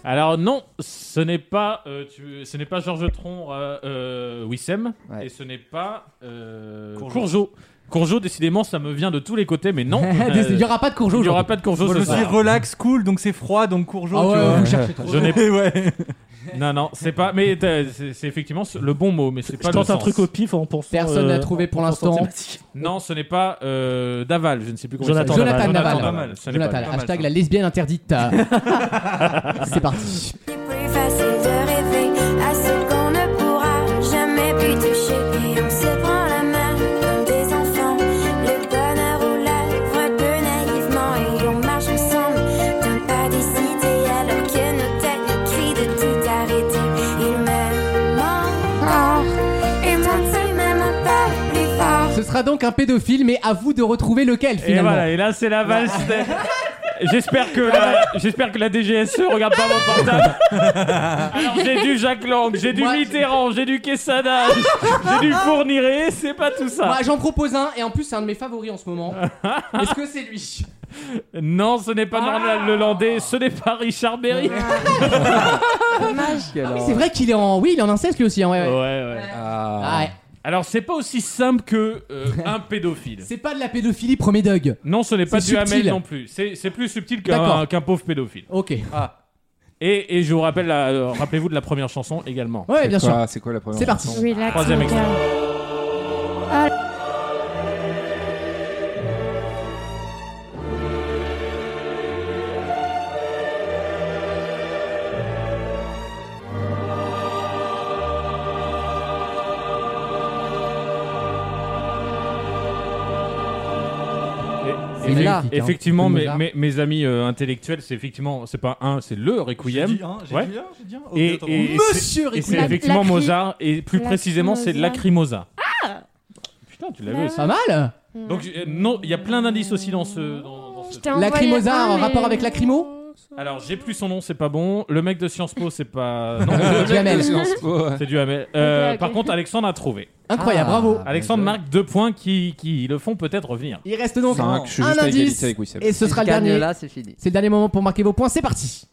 S5: Alors non, ce n'est pas, euh, tu- ce n'est pas Georges Tron, euh, euh, Wissem, et ce n'est pas euh,
S7: Courgeot.
S5: Courgeot. Courgeot, décidément, ça me vient de tous les côtés, mais non. euh,
S2: Il y aura pas de Courgeot.
S5: Il n'y aura
S2: aujourd'hui.
S5: pas de Courgeot.
S7: Moi,
S5: ce
S7: je
S5: soir.
S7: suis relax, cool, donc c'est froid, donc Courgeot,
S2: Ah
S7: tu
S2: ouais,
S7: vois.
S2: vous cherchez trop.
S5: Je n'ai
S7: Et ouais.
S5: Non, non, c'est pas. Mais t'as- c'est c'est effectivement ce- le bon mot, mais c'est
S3: Je
S5: pas.
S3: tente
S5: le
S3: un
S5: sens.
S3: truc au pif
S12: hein,
S3: en pensant.
S2: Personne
S3: euh,
S2: n'a trouvé pour
S3: en pensant
S2: l'instant.
S3: thématique.
S5: Non, ce n'est pas euh, Daval. Je ne sais plus comment. il
S3: Jonathan
S5: s'appelle.
S2: Jonathan
S3: Jonathan
S2: Naval.
S5: Jonathan Daval, ce n'est pas
S2: Jonathan,
S5: lui.
S2: hashtag la lesbienne interdite. C'est parti.
S10: Plus facile de rêver à ce qu'on ne pourra jamais plus toucher. Et on se prend la main comme des enfants. Le bonheur aux lèvres un peu naïvement. Et on marche ensemble d'un pas décidé. Alors que nos têtes nous crient de tout arrêter. Il me manque. Et maintenant, même pas plus fort.
S2: Ce sera donc un pédophile, mais à vous de retrouver lequel
S5: Et
S2: finalement.
S5: voilà, et là, c'est la valse. J'espère que, la... j'espère que la DGSE E regarde pas mon portable. Alors, j'ai du Jacques Lang, j'ai du
S2: Moi-
S5: Mitterrand, j'ai du Quesada, j'ai du Fourniret, c'est pas tout ça.
S2: Moi, j'en propose un, et en plus, c'est un de mes favoris en ce moment. Est-ce que c'est lui Ah
S5: Non, ce n'est pas Norman Lelandais, ce n'est pas Richard Berry.
S2: Ah oui, c'est vrai qu'il est en. Oui, il est en inceste lui aussi. hein, ouais,
S5: Ouais,
S2: ouais.
S5: ouais.
S2: Ah ouais.
S5: Alors, c'est pas aussi simple que euh, un pédophile.
S2: C'est pas de la pédophilie, premier Doug.
S5: Non, ce n'est pas
S2: C'est
S5: du Hamel
S2: subtil.
S5: non plus. C'est c'est plus subtil
S2: D'accord.
S5: qu'un qu'un pauvre pédophile.
S2: Ok.
S5: Et, et je vous rappelle, la- euh, rappelez-vous de la première chanson également.
S2: Ouais, bien sûr.
S4: C'est quoi la première
S2: C'est parti.
S8: Relax,
S5: Troisième
S8: mon
S5: extrait.
S8: gars.
S5: Et-
S2: C'est
S5: et-
S2: là.
S5: Effectivement,
S2: C'est
S5: mes,
S2: Mozart.
S5: mes, mes amis euh, intellectuels, c'est effectivement, c'est pas un, c'est le
S7: J'ai
S5: Requiem.
S7: dit un, j'ai
S5: Ouais.
S7: dit un, j'ai dit un. Ok,
S5: Et,
S7: attends,
S5: et- et
S2: Monsieur
S5: c'est- et c'est
S2: Requiem.
S5: effectivement
S8: Lacry-
S5: Mozart, et plus précisément, c'est Lacrimosa. Ah Putain, tu l'avais
S8: Bah
S5: aussi.
S2: Pas mal
S5: Donc, euh, non, il y a plein d'indices aussi dans ce. dans- dans ce-
S8: Je t'ai envoyé
S2: Lacrimosa
S8: un,
S2: en
S8: mais-
S2: rapport avec Lacrymo
S5: Alors, j'ai plus son nom, c'est pas bon. Le mec de Sciences Po, c'est pas. Non,
S2: Jamel.
S5: c'est du Hamel. Euh,
S8: Ok, ok.
S5: Par contre, Alexandre a trouvé.
S2: Incroyable, bravo.
S5: Alexandre marque deux points qui, qui le font peut-être revenir.
S2: Il reste donc
S4: Cinq, je suis
S2: un
S4: juste à
S2: indice.
S4: égalité avec Wissem.
S2: Et ce sera le
S6: Gagne
S2: dernier.
S6: là, c'est fini.
S2: C'est le dernier moment pour marquer vos points, c'est parti.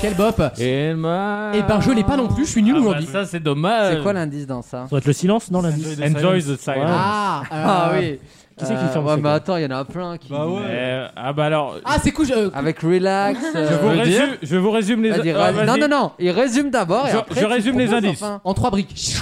S2: Quel bop
S6: Ah.
S5: Et
S2: Eh ben je l'ai pas non plus, je suis nul
S5: Ah bah,
S2: aujourd'hui.
S5: ça, c'est dommage.
S6: C'est quoi l'indice dans ça
S3: Ça doit être le silence, non l'indice
S5: Enjoy the silence.
S2: Ah,
S6: Ah
S2: euh,
S6: oui.
S3: Qui c'est qui ferme
S6: ouais,
S3: ça,
S6: mais
S3: quoi
S6: attends, il y en a plein qui.
S7: Bah ouais.
S5: Euh, ah bah alors.
S2: Ah, c'est cool. je- euh,
S6: Avec relax. euh,
S5: je, vous résume, je vous résume les.
S6: vas-y,
S5: euh,
S6: ra-
S5: vas-y.
S6: non, non, non. Il résume d'abord. et
S5: Je- je
S6: après, tu
S5: résume les
S6: proposes,
S5: indices.
S6: enfin.
S2: En trois briques.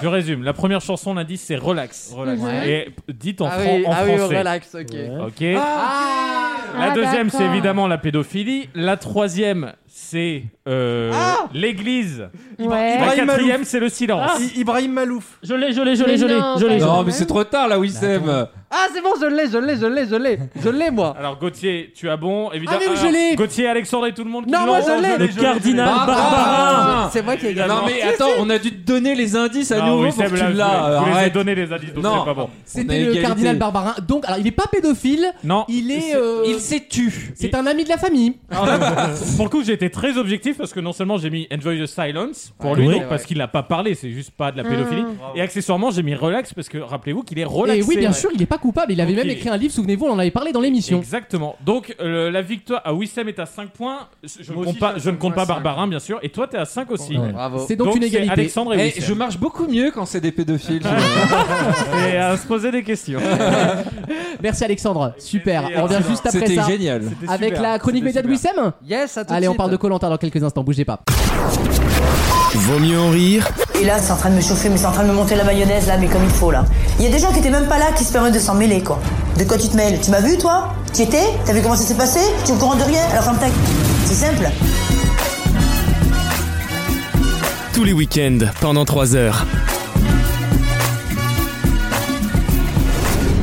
S5: Je résume. La première chanson, l'indice, c'est relax.
S7: Relax.
S5: Et p- dites en,
S6: Ah
S5: fran-
S6: oui,
S5: en
S6: ah oui,
S5: français.
S6: relax, Ah, ok.
S5: Ok.
S2: Ah
S5: la
S8: Ah,
S5: deuxième, c'est
S8: d'accord.
S5: évidemment la pédophilie. La troisième, c'est euh,
S7: Ah
S5: l'église.
S7: Ouais.
S5: La quatrième,
S7: Ibrahim Malouf.
S5: c'est le silence.
S7: Ah. I- Ibrahim Malouf.
S5: Je l'ai, je l'ai,
S6: je l'ai, Mais je l'ai, non, je l'ai, je l'ai.
S4: Non, mais c'est trop tard là,
S2: Bah,
S4: Wissem.
S6: Ah, c'est bon, je l'ai, je l'ai, je l'ai, je l'ai. Je l'ai, moi.
S5: Alors Gauthier, tu as bon, évidemment.
S6: Ah, mais je
S5: Alors,
S6: l'ai.
S5: Gauthier, Alexandre et tout le monde. qui
S6: Non,
S5: l'ont.
S6: moi, je l'ai. Le
S5: cardinal
S4: Barbarin.
S6: C'est moi qui ai gagné.
S4: Non, mais attends, on a dû te donner les indices à
S5: Ah
S4: nouveau
S5: oui,
S4: pour
S5: Seb
S4: que
S5: l'a
S4: tu
S5: joué.
S4: l'as.
S5: Je vous les ai
S4: Arrête.
S5: donné les indices, donc
S4: Non.
S5: c'est pas bon.
S4: On a
S2: C'était le
S4: égalité.
S2: cardinal Barbarin. Donc, alors, il est pas pédophile.
S5: Non.
S2: Il
S5: C'est-
S2: est. euh,
S4: Il s'est tu.
S2: C'est un ami de la famille.
S5: Ah, pour le coup, j'ai été très objectif parce que non seulement j'ai mis Enjoy the Silence pour
S4: Ouais, Ah.
S5: lui,
S4: oui.
S5: donc parce qu'il n'a pas parlé, c'est juste pas de la pédophilie. Et accessoirement, j'ai mis Relax parce que rappelez-vous qu'il est relaxé.
S2: Et oui, bien sûr, il est pas coupable. Il avait
S5: Donc,
S2: même
S5: il-
S2: écrit un livre, souvenez-vous, on en avait parlé dans l'émission.
S5: Exactement. Donc euh, la victoire à Wissem est à 5 points. Je ne
S4: Moi
S5: compte
S4: aussi,
S5: pas,
S4: je suis
S5: je ne compte
S4: à
S5: pas
S4: cinq.
S5: Barbarin bien sûr. Et toi t'es à 5 aussi.
S2: Ouais.
S6: Bravo.
S2: C'est donc, une égalité.
S5: Alexandre et
S4: Eh,
S5: Wissem.
S4: je marche beaucoup mieux quand c'est des pédophiles.
S2: Ah,
S5: Et à se poser des questions.
S2: Merci Alexandre. Super.
S5: Merci,
S2: On revient
S5: Alexandre.
S2: juste après
S4: C'était
S2: ça.
S4: génial.
S2: Avec la chronique média de Wissem
S6: Yes, à tout
S2: Allez,
S6: de
S2: on parle de
S6: suite.
S2: Colanta dans quelques instants, bougez pas.
S1: Vaut mieux en rire
S13: Et là, c'est en train de me chauffer, mais c'est en train de me monter la mayonnaise, là, mais comme il faut, là. Il y a des gens qui étaient même pas là qui se permettent de s'en mêler, quoi. De quoi tu te mêles Tu m'as vu, toi Tu y étais T'as vu comment ça s'est passé Tu es au courant de rien Alors ferme ta gueule. C'est simple.
S1: tous les week-ends pendant 3 heures.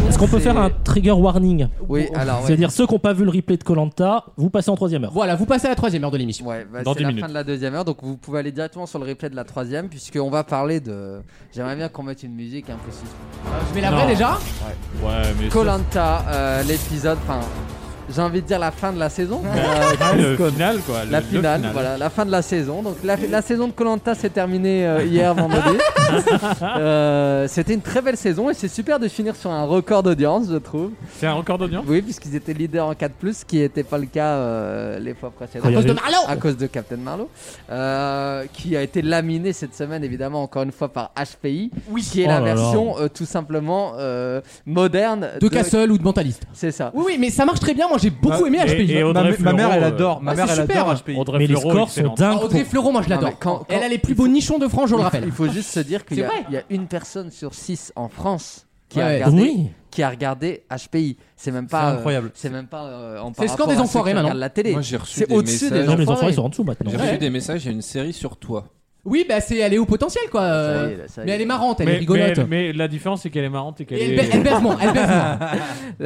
S12: Est-ce qu'on peut
S6: C'est-
S12: faire un trigger warning
S6: Oui, alors, ouais.
S12: C'est-à-dire ceux qui n'ont pas vu le replay de Colanta, vous passez en troisième heure.
S2: Voilà, vous passez à la troisième heure de l'émission.
S6: Ouais, bah,
S12: Dans
S6: c'est
S12: 10
S6: la
S12: minutes.
S6: fin de la deuxième heure, donc vous pouvez aller directement sur le replay de la troisième, puisqu'on va parler de. J'aimerais bien qu'on mette une musique un peu si.
S2: je mets la vraie déjà
S5: Ouais, mais ça,
S6: Colanta, euh, l'épisode, enfin, j'ai envie de dire la fin de la saison.
S5: c'est
S6: Euh,
S5: Ah, le final quoi. le-
S6: La
S5: le
S6: finale,
S5: final.
S6: voilà, la fin de la saison. Donc la, la saison de Colanta s'est terminée euh, hier vendredi. Euh, C'était une très belle saison et c'est super de finir sur un record d'audience, je trouve.
S5: C'est un record d'audience.
S6: Oui, puisqu'ils étaient leaders en 4+, ce qui n'était pas le cas euh, les fois
S5: Ah,
S6: précédentes.
S12: À cause de
S2: Marlowe
S6: À cause de Captain Marlowe, euh, qui a été laminé cette semaine, évidemment, encore une fois par HPI, qui est
S12: Oh là
S6: la
S12: là.
S6: version euh, tout simplement euh, moderne
S2: De Castle ou de Mentaliste.
S6: C'est ça.
S2: Oui, oui, mais ça marche très bien. Moi, j'ai beaucoup
S7: Bah,
S2: aimé
S5: et-
S2: HPI.
S5: et Audrey
S7: Ma- ma mère,
S5: Fleurot,
S7: elle
S5: euh,
S7: adore. Ma
S2: ah,
S7: mère,
S2: c'est
S7: elle adore
S2: super.
S7: HPI.
S5: Audrey
S12: Mais les
S5: Fleurot,
S12: scores sont
S5: excellente.
S12: dingues.
S2: Ah, Audrey Fleuron, moi, je
S6: Non,
S2: l'adore.
S6: mais quand-
S2: Elle
S6: quand-
S2: a les plus beaux nichons de France, je le rappelle.
S6: Il faut juste se dire qu'il y, a-
S2: C'est vrai.
S6: il y a une personne sur six en France qui, a,
S2: Ouais.
S6: regardé,
S12: Oui.
S6: qui a regardé HPI. C'est même pas
S7: C'est
S6: euh,
S7: incroyable.
S6: C'est même pas euh, en
S2: C'est le
S6: par
S2: score
S6: rapport
S2: des
S6: à ceux
S2: enfoirés,
S6: qui regardent
S2: maintenant.
S6: La télé.
S4: Moi, j'ai reçu
S6: C'est
S4: des
S6: au-dessus
S4: messages.
S6: des
S12: Non, mais les enfants,
S6: enfoirés.
S12: ils sont en dessous maintenant.
S4: J'ai
S2: Ouais.
S4: reçu des messages, il y a une série sur toi.
S2: Oui, bah c'est, elle est au potentiel quoi.
S6: Ça y est, là, ça y
S2: Euh, mais
S6: est.
S2: elle est marrante, elle
S5: mais,
S2: est rigolote.
S5: mais- mais la différence, c'est qu'elle est marrante et qu'elle
S2: Et elle,
S5: est.
S2: ba- elle baise moi, elle baise moi.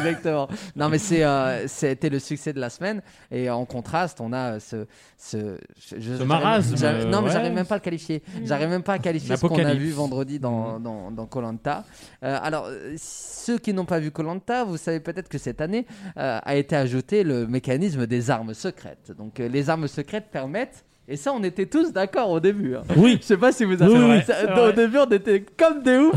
S6: Exactement. Non, mais c'est, euh, c'était le succès de la semaine. Et en contraste, on a euh, ce, ce, je- je- j'arrive-
S5: marasme,
S6: j'arrive- non, mais
S5: ouais.
S6: j'arrive même pas à le qualifier. J'arrive même pas à qualifier ce qu'on a
S5: L'apocalypse.
S6: vu vendredi dans dans dans Colanta. alors, euh, ceux qui n'ont pas vu Colanta, vous savez peut-être que cette année euh, a été ajouté le mécanisme des armes secrètes. Donc, euh, les armes secrètes permettent. Et ça, on était tous d'accord au début. hein.
S12: Oui.
S6: Je sais pas si vous
S12: Oui,
S6: avez.
S12: oui,
S5: oui.
S6: Ça-
S5: C'est
S6: au
S5: vrai.
S6: début, on était comme des oufs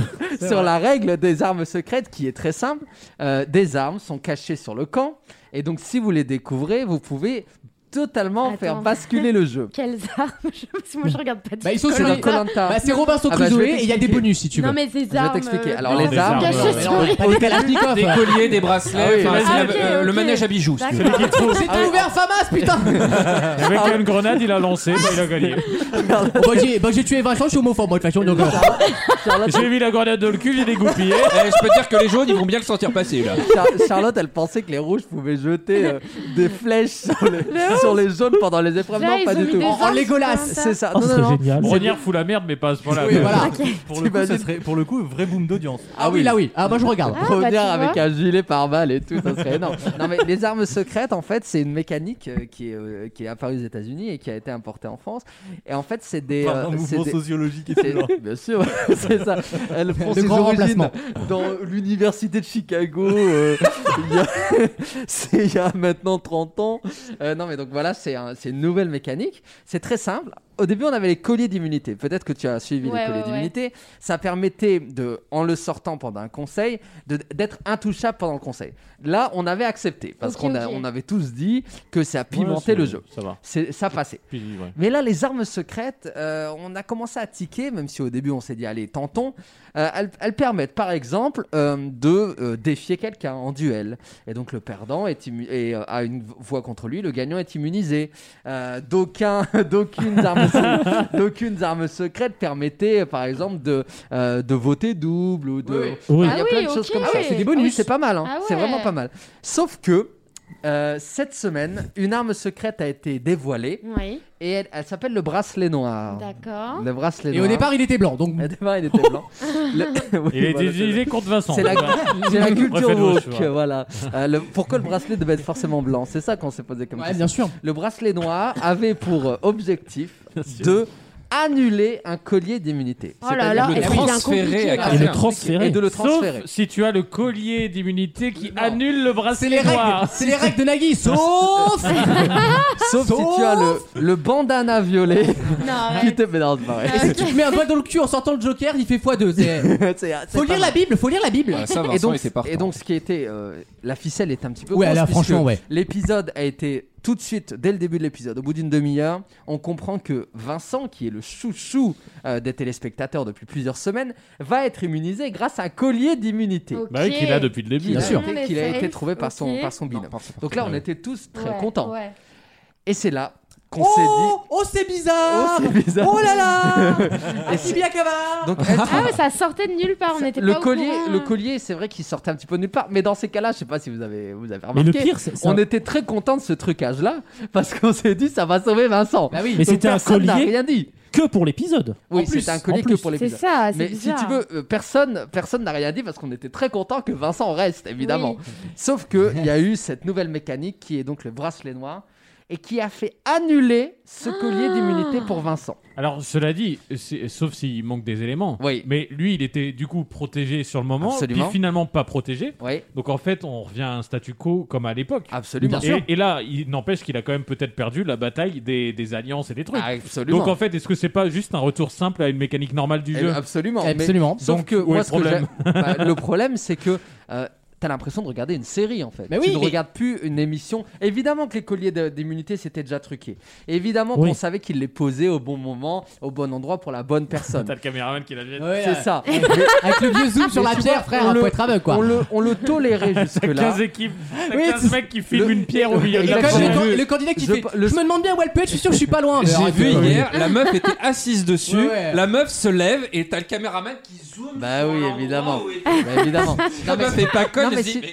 S6: sur la règle des armes secrètes qui est très simple. Euh, des armes sont cachées sur le camp. Et donc, si vous les découvrez, vous pouvez totalement
S8: Attends.
S6: faire basculer le jeu.
S8: Quelles armes je- Parce que moi je regarde pas. du
S2: Bah ils
S8: tout
S2: sont sur
S6: Dans
S2: les-
S6: Koh-Lanta.
S2: Bah c'est Robinson
S6: Ah, bah, je
S2: Crusoe
S6: vais
S2: et il y a des
S6: t'expliquer.
S2: bonus si tu veux.
S8: Non mais ces
S6: vais
S8: armes.
S6: t'expliquer.
S8: euh,
S6: Alors,
S8: non,
S5: les
S8: des
S5: armes,
S8: cachées
S5: euh,
S8: sur
S2: Mais non, mais pas des Kalachnikov.
S4: Des colliers, des bracelets,
S6: Ah oui.
S4: enfin,
S8: Ah,
S4: c'est
S8: ok,
S4: la- euh, le
S8: ok.
S4: manège à bijoux. si tu veux.
S5: Celui qui trouve.
S2: C'était ouvert Famas putain
S5: Avec une grenade, il a lancé, bah, il a gagné.
S2: Bon, bah, j'ai, bah, j'ai tué Vincent, je suis homophobe moi de toute façon donc. euh,
S6: Charlotte,
S5: J'ai mis la grenade dans le cul, j'ai dégoupillé.
S4: Eh, je peux te dire que les jaunes, ils vont bien le sentir passer là.
S6: Char- Charlotte, elle pensait que les rouges pouvaient jeter euh, des flèches sur les, sur les jaunes pendant les épreuves.
S8: Là,
S6: Non,
S8: ils
S6: pas
S8: ont
S6: du
S8: mis
S6: tout. Oh,
S8: des
S2: En- en
S8: armes
S2: Legolas,
S8: sur un tas.
S6: C'est ça.
S12: Oh,
S6: non,
S12: c'est
S6: non, non.
S12: génial.
S5: Brognière fout la merde, mais pas à ce point-là.
S2: Oui, voilà.
S7: Pour le coup, ça serait, pour le coup, vrai boom d'audience.
S2: Ah oui là oui. Ah bah je regarde.
S8: Ah,
S6: revenir
S8: bah, tu
S6: avec
S8: vois.
S6: un gilet par balle et tout, ça serait énorme. non, mais les armes secrètes, en fait, c'est une mécanique euh, qui est, euh, qui est apparue aux États-Unis et qui a été importée en France. Et en fait, c'est des.
S7: Par
S6: euh,
S7: un
S6: c'est
S7: mouvement
S6: des-
S7: sociologique et
S6: c'est- Bien sûr, c'est ça. Elle prend
S2: De
S6: ses
S2: grands
S6: origines
S2: remplacements.
S6: dans l'université de Chicago. euh, il y a- c'est il y a maintenant 30 ans. Euh, non, mais donc voilà, c'est un- c'est une nouvelle mécanique. C'est très simple. Au début, on avait les colliers d'immunité. Peut-être que tu as suivi
S8: Ouais,
S6: les colliers
S8: ouais, ouais.
S6: d'immunité. Ça permettait, de, en le sortant pendant un conseil, de- d'être intouchable pendant le conseil. Là, on avait accepté parce
S8: Ok,
S6: qu'on a-
S8: ok.
S6: on avait tous dit que ça pimentait le jeu.
S5: Ça va.
S6: C'est- Ça passait.
S5: Puis, ouais.
S6: Mais là, les armes secrètes, euh, on a commencé à tiquer, même si au début on s'est dit, allez, tentons. Euh, elles, elles permettent, par exemple, euh, de euh, défier quelqu'un en duel. Et donc le perdant est immu- et, euh, a une voix contre lui, le gagnant est immunisé. Euh, d'aucun, d'aucune arme, se- d'aucune arme secrète permettait, euh, par exemple, de, euh, de voter double ou de.
S2: Oui, oui.
S12: Oui.
S6: Il y a
S8: Ah
S6: plein
S8: oui,
S6: de choses
S8: ok.
S6: comme
S8: Ah
S6: ça.
S8: oui.
S6: C'est des bonus. C'est pas mal, hein.
S8: Ah ouais.
S6: c'est vraiment pas mal. Sauf que Euh, cette semaine, une arme secrète a été dévoilée.
S8: Oui.
S6: Et elle, elle s'appelle le bracelet noir.
S8: D'accord.
S6: Le bracelet
S2: Et au départ, il était blanc. Donc...
S6: Au départ, il était blanc. Le- Oui,
S5: Il est-
S6: voilà,
S5: il est contre Vincent.
S6: C'est la,
S5: Voilà.
S6: c'est la culture
S5: Refais-le au
S6: woke.
S5: choix.
S6: Voilà. Euh, le- pourquoi le bracelet devait être forcément blanc C'est ça qu'on s'est posé comme
S2: Ouais,
S6: question.
S2: bien sûr.
S6: Le bracelet noir avait pour euh, objectif de annuler un collier d'immunité.
S8: Oh là
S6: C'est-à-dire
S8: là,
S6: de
S8: est-ce qu'il y a un
S6: transférer à
S8: compliqué, là
S6: quelqu'un.
S8: Et le transférer.
S6: Et de le transférer.
S5: Sauf si tu as le collier d'immunité qui annule le bracelet
S2: les règles,
S5: noir.
S2: c'est les règles de Nagui, sauf-
S6: Sauf si tu as le, le bandana violet qui te met dans le
S2: Et Euh, si tu te mets un doigt dans le cul en sortant le Joker, il fait x2. c'est-
S6: euh,
S2: Faut lire la Bible, faut lire la Bible.
S4: Ah,
S6: et, donc, et donc, ce qui était. euh, la ficelle était un petit peu.
S2: Ouais,
S6: grosse
S2: là,
S6: puisque
S2: franchement, ouais.
S6: L'épisode a été tout de suite, dès le début de l'épisode, au bout d'une demi-heure, on comprend que Vincent, qui est le chouchou euh, des téléspectateurs depuis plusieurs semaines, va être immunisé grâce à un collier d'immunité.
S5: Bah oui, qu'il a depuis le début.
S6: Qu'il a
S5: Bien sûr.
S6: été-
S5: On est
S6: Qu'il a été
S5: safe,
S6: trouvé par son,
S5: ok.
S6: par son binôme. donc là, on était tous très
S2: Ouais,
S6: contents.
S2: ouais.
S6: Et c'est là qu'on
S2: oh,
S6: s'est dit.
S2: oh, c'est bizarre.
S6: Oh, c'est bizarre.
S2: Oh là là.
S6: Et
S2: Ah, si bien Cavard.
S6: Donc,
S8: Ah ouais, ça sortait de nulle part, on était
S6: le
S8: pas au
S6: collier,
S8: courant. hein.
S6: le collier, c'est vrai qu'il sortait un petit peu de nulle part, mais dans ces cas-là, je sais pas si vous avez, vous avez
S12: Mais le
S6: remarqué.
S12: pire, c'est- c'est
S6: on
S12: un-
S6: était très content de ce trucage-là parce qu'on s'est dit ça va sauver Vincent.
S12: Bah oui. Mais
S6: Donc
S12: c'était un
S6: personne n'a
S12: collier
S6: rien dit.
S12: Que pour l'épisode.
S6: Oui,
S12: En plus,
S6: c'était un
S12: en
S6: collier que
S12: plus.
S6: pour les
S12: C'est ça, c'est
S6: Mais
S12: bizarre.
S6: si tu veux, euh, personne, personne n'a rien dit parce qu'on était très content que Vincent reste, évidemment. Sauf que il y a eu cette nouvelle mécanique qui est donc le bracelet noir et qui a fait annuler ce collier d'immunité
S12: Ah.
S6: pour Vincent.
S5: Alors, cela dit, c'est- sauf s'il manque des éléments. Mais lui, il était du coup protégé sur le moment,
S6: Absolument.
S5: puis finalement pas protégé.
S6: Donc
S5: en fait, on revient à un statu quo comme à l'époque.
S6: Absolument.
S5: Et,
S6: Bien sûr.
S5: et là, il n'empêche qu'il a quand même peut-être perdu la bataille des, des alliances et des trucs.
S6: Ah, absolument.
S5: Donc en fait, est-ce que c'est pas juste un retour simple à une mécanique normale du
S6: Eh
S5: jeu
S6: ben, Absolument. Mais,
S5: Donc,
S6: sauf que
S5: où
S6: moi,
S5: est
S6: ce
S5: le
S6: que
S5: problème
S6: j'aime- bah, le problème, c'est que euh, t'as l'impression de regarder une série en fait.
S5: Mais
S6: tu
S5: oui,
S6: ne
S5: mais-
S6: regardes plus une émission. Évidemment que les colliers de- d'immunité c'était déjà truqué. Évidemment
S5: Oui.
S6: qu'on savait qu'il les posait au bon moment, au bon endroit pour la bonne personne.
S5: T'as le caméraman qui la jette.
S6: c'est ça.
S5: Ouais.
S2: Avec le vieux zoom sur
S6: Mais
S2: la
S6: tu
S2: pierre, frère,
S6: on
S2: hein,
S6: le-
S2: faut être aveugle, quoi.
S6: On le, on le tolérait jusque-là.
S5: 15 équipes, t'as
S2: Oui,
S5: 15 mecs qui filment une pierre au milieu de
S2: Et
S5: la
S2: quand-
S5: foule.
S2: le, le candidat qui fait. Je me demande bien où elle peut être, je suis sûr que je suis pas loin.
S4: J'ai
S2: Alors,
S4: vu
S2: euh,
S4: hier, la meuf était assise dessus,
S2: Ouais, ouais.
S4: la meuf se lève et t'as le caméraman qui zoome.
S6: Bah oui, évidemment.
S4: était.
S6: Bah, évidemment.
S4: La meuf est pas conne,
S6: Non, mais
S4: elle se
S6: si-
S4: dit,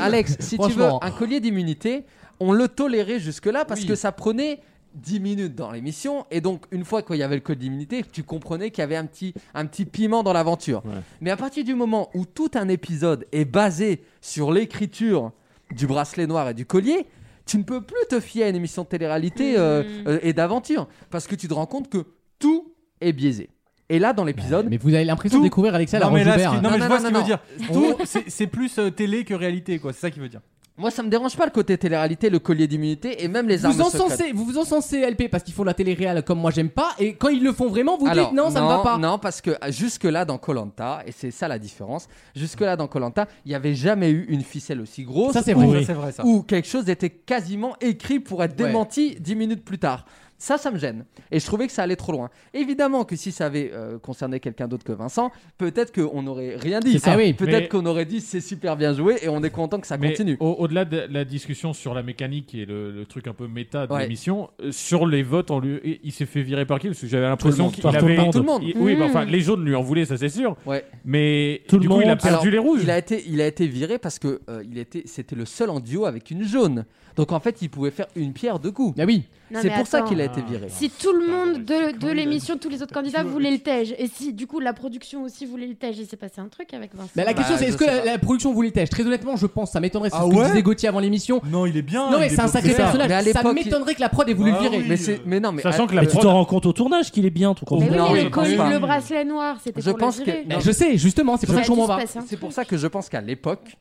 S6: Alex, si tu veux
S4: Franchement.
S6: un collier d'immunité, on le tolérait jusque-là parce que ça prenait 10 minutes dans l'émission. Et donc, une fois qu'il y avait le collier d'immunité, tu comprenais qu'il y avait un petit, un petit piment dans l'aventure. Mais à partir du moment où tout un épisode est basé sur l'écriture du bracelet noir et du collier, tu ne peux plus te fier à une émission de télé-réalité euh, euh, et d'aventure parce que tu te rends compte que tout est biaisé. Et là, dans l'épisode.
S2: Mais vous avez l'impression de découvrir Alexia la hein.
S6: Non, mais là,
S2: Roche-Joubert.
S6: ce qui- non, mais je vois ce qu'il veut dire.
S7: Tout, c'est- C'est plus euh, télé que réalité, quoi. C'est ça qu'il veut dire.
S6: Moi, ça me dérange pas le côté télé-réalité, le collier d'immunité et même les armes
S2: Vous
S6: secrètes.
S2: encensez, vous vous encensez LP parce qu'ils font la télé réelle comme moi j'aime pas et quand ils le font vraiment vous
S6: Alors,
S2: dites non ça me va pas.
S6: Non, parce que ah, jusque-là dans Colanta, et c'est ça la différence, jusque-là dans Colanta, il n'y avait jamais eu une ficelle aussi grosse.
S2: Ça, c'est vrai.
S6: où-
S2: Oui. Ça, c'est vrai, ça.
S6: Où quelque chose était quasiment écrit pour être
S2: Ouais.
S6: démenti dix minutes plus tard. Ça, ça me gêne. Et je trouvais que ça allait trop loin. Évidemment que si ça avait euh, concerné quelqu'un d'autre que Vincent, peut-être qu'on n'aurait rien dit.
S5: C'est ça. Ah oui.
S6: Peut-être
S5: Mais-
S6: qu'on aurait dit c'est super bien joué et on est content que ça
S5: Mais
S6: continue.
S5: au- Au-delà de la discussion sur la mécanique et le, le truc un peu méta de
S6: Ouais.
S5: l'émission, euh, sur les votes, on lui- et il s'est fait virer par qui Parce que j'avais l'impression
S6: monde.
S5: qu'il
S6: Par tout
S5: avait.
S6: le monde. Tout le monde.
S5: il- oui,
S6: Mmh.
S5: bah, enfin, les jaunes lui en voulaient, ça c'est sûr.
S6: Ouais.
S5: Mais du coup, il a perdu
S6: Alors,
S5: les rouges.
S6: Il a été, il a été viré parce que euh, il était, c'était le seul en duo avec une jaune. Donc en fait, il pouvait faire une pierre deux coups.
S2: Ah oui.
S8: Non,
S6: C'est
S8: mais
S6: pour ça
S8: attends.
S6: qu'il a été viré.
S8: Si tout le monde de, de l'émission, tous les autres candidats voulaient le tège, et si du coup la production aussi voulait le tège, il s'est passé un truc avec Vincent.
S2: Mais la question c'est est-ce que la, la production voulait tèche Très honnêtement je pense ça m'étonnerait c'est
S6: Ah
S2: ce que
S6: ouais
S2: disait Gauthier avant l'émission.
S7: Non il est bien.
S2: Non mais c'est un sacré personnage.
S6: Mais à
S2: ça
S6: l'époque, il-
S2: m'étonnerait que la prod ait voulu le virer.
S6: Mais, c'est- mais non, mais à-
S12: Mais tu t'en rends compte au tournage qu'il est bien, ton
S8: Mais oui,
S12: contenu.
S8: mais
S6: je
S8: le,
S6: pense
S8: col-
S6: pas.
S8: le bracelet noir, c'était
S6: Je
S8: pour
S6: pense
S8: le
S6: que
S8: virer. Ah.
S6: non.
S2: Je sais, justement, c'est pour
S8: Ça
S2: ça
S8: a
S2: que je m'en
S8: dû se
S2: bats.
S8: passer un
S6: C'est pour
S8: truc.
S6: ça que je pense qu'à l'époque.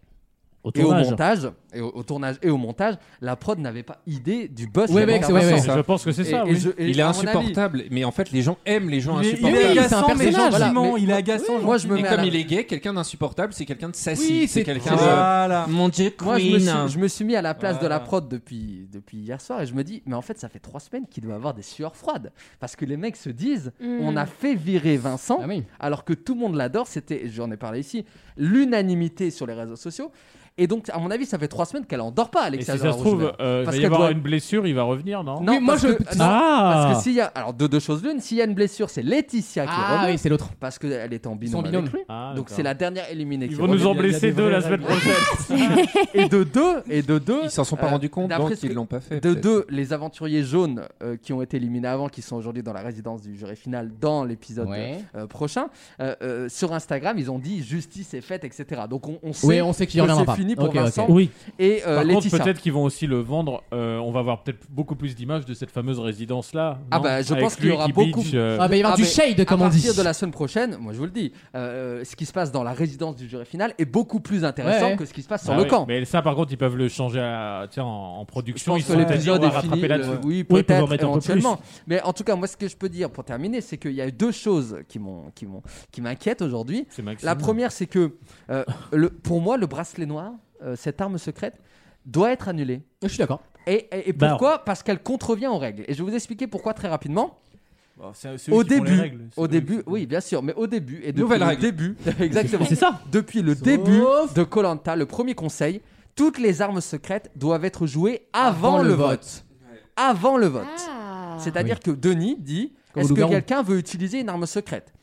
S12: Au
S6: et au
S12: tournage.
S6: montage, et au, au tournage et au montage, la prod n'avait pas idée du buzz.
S2: Ouais,
S6: qu'il
S2: mec,
S6: allait faire
S2: ouais, ouais.
S6: Vincent.
S2: Je pense que c'est
S6: Et-
S2: ça,
S6: et
S2: oui.
S6: je- et
S4: Il est
S6: à mon avis-
S4: insupportable, mais en fait les gens aiment les gens
S6: Il est- il est
S4: insupportables.
S6: agaçant, mais les gens- voilà, mais- Moi, je me
S4: et
S6: mets à
S4: comme
S6: la-
S4: il est gay, quelqu'un d'insupportable, c'est quelqu'un de sassy.
S6: Oui,
S4: c'est quelqu'un de.
S6: Voilà.
S4: Mon dieu,
S6: Moi, je me, suis,
S4: queen.
S6: je me suis mis à la place de la
S4: Voilà.
S6: prod depuis, depuis hier soir et je me dis, mais en fait, ça fait trois semaines qu'il doit avoir des sueurs froides. Parce que les mecs se disent,
S2: Mm.
S6: on a fait virer Vincent,
S5: Ah
S6: alors que tout le monde l'adore. C'était, j'en ai parlé ici, l'unanimité sur les réseaux sociaux. Et donc, à mon avis, ça fait trois trois semaines qu'elle en dort pas,
S5: Et si
S6: Alexia.
S5: ça se trouve, euh, il va y avoir une blessure, il va revenir, non
S6: Non, parce que, non,
S5: Ah
S6: parce que s'il y a alors de deux choses l'une, s'il y a une blessure, c'est Laetitia qui
S5: Ah
S6: revient.
S5: oui, c'est
S2: l'autre.
S6: Parce qu'elle est en binôme.
S5: sont
S6: avec
S5: binômes.
S6: lui.
S5: Ah,
S6: Donc
S5: d'accord.
S6: c'est la dernière éliminée.
S5: Ils
S6: qui
S5: vont nous
S6: revient.
S5: en blesser deux la semaine prochaine.
S6: et de deux, et de deux,
S4: Ils s'en sont pas rendus compte,
S6: Euh, d'après
S4: donc
S6: ce que-
S4: ils l'ont pas fait,
S6: De
S4: peut-être.
S6: deux, les aventuriers jaunes euh, qui ont été éliminés avant, qui sont aujourd'hui dans la résidence du jury final dans l'épisode
S2: Ouais.
S6: euh, prochain, euh, euh, sur Instagram, ils ont dit justice est faite, etc. Donc on, on sait.
S2: Oui, on sait qu'il y en
S6: que
S2: aura
S6: c'est
S2: pas.
S6: fini pour
S2: Ok, ok.
S6: Vincent.
S2: Oui.
S6: Et euh,
S5: Par
S6: Laetitia.
S5: contre, peut-être qu'ils vont aussi le vendre. euh, on va avoir peut-être beaucoup plus d'images de cette fameuse résidence là.
S6: Ah bah je pense qu'il y aura beaucoup.
S5: euh,
S6: Ah mais À partir de la semaine prochaine, moi je vous le dis, euh, ce qui se passe dans la résidence du jury final est beaucoup plus intéressant que ce qui se passe sur
S5: Ah
S6: le
S5: oui,
S6: camp.
S5: Mais ça, par contre, ils peuvent le changer à, tiens, en, en production.
S6: Je
S5: Ils
S6: pense
S5: sont
S6: que
S5: peut-être dit, on
S6: l'épisode
S5: va
S6: est fini.
S5: rattraper là-dessus.
S6: le- Oui,
S5: ils peuvent en
S6: peut-être
S5: mettre un peu plus.
S6: éventuellement. Mais en tout cas, moi, ce que je peux dire pour terminer, c'est qu'il y a eu deux choses qui m'ont, qui m'ont, qui m'inquiètent aujourd'hui.
S5: Maxime.
S6: La première, c'est que, euh, le, pour moi, le bracelet noir, euh, cette arme secrète, doit être annulée.
S2: Je suis d'accord.
S6: Et, et- et
S2: Bah
S6: pourquoi Parce qu'elle contrevient aux règles. Et je vais vous expliquer pourquoi très rapidement.
S7: Bon, c'est- c'est eux
S6: Au
S7: qui font les
S6: début,
S7: règles, c'est
S6: au
S7: eux
S6: début, oui, bien sûr, mais au début et depuis
S7: Nouvelle
S6: le
S7: règle.
S6: début, exactement.
S7: C'est ça.
S6: Depuis le début de Colanta, le premier conseil, toutes les armes secrètes doivent être jouées avant, le vote. Avant le vote.
S8: Ah.
S6: C'est-à-dire que Denis dit
S2: Comme au
S6: est-ce que
S2: loup-garou.
S6: quelqu'un veut utiliser une arme secrète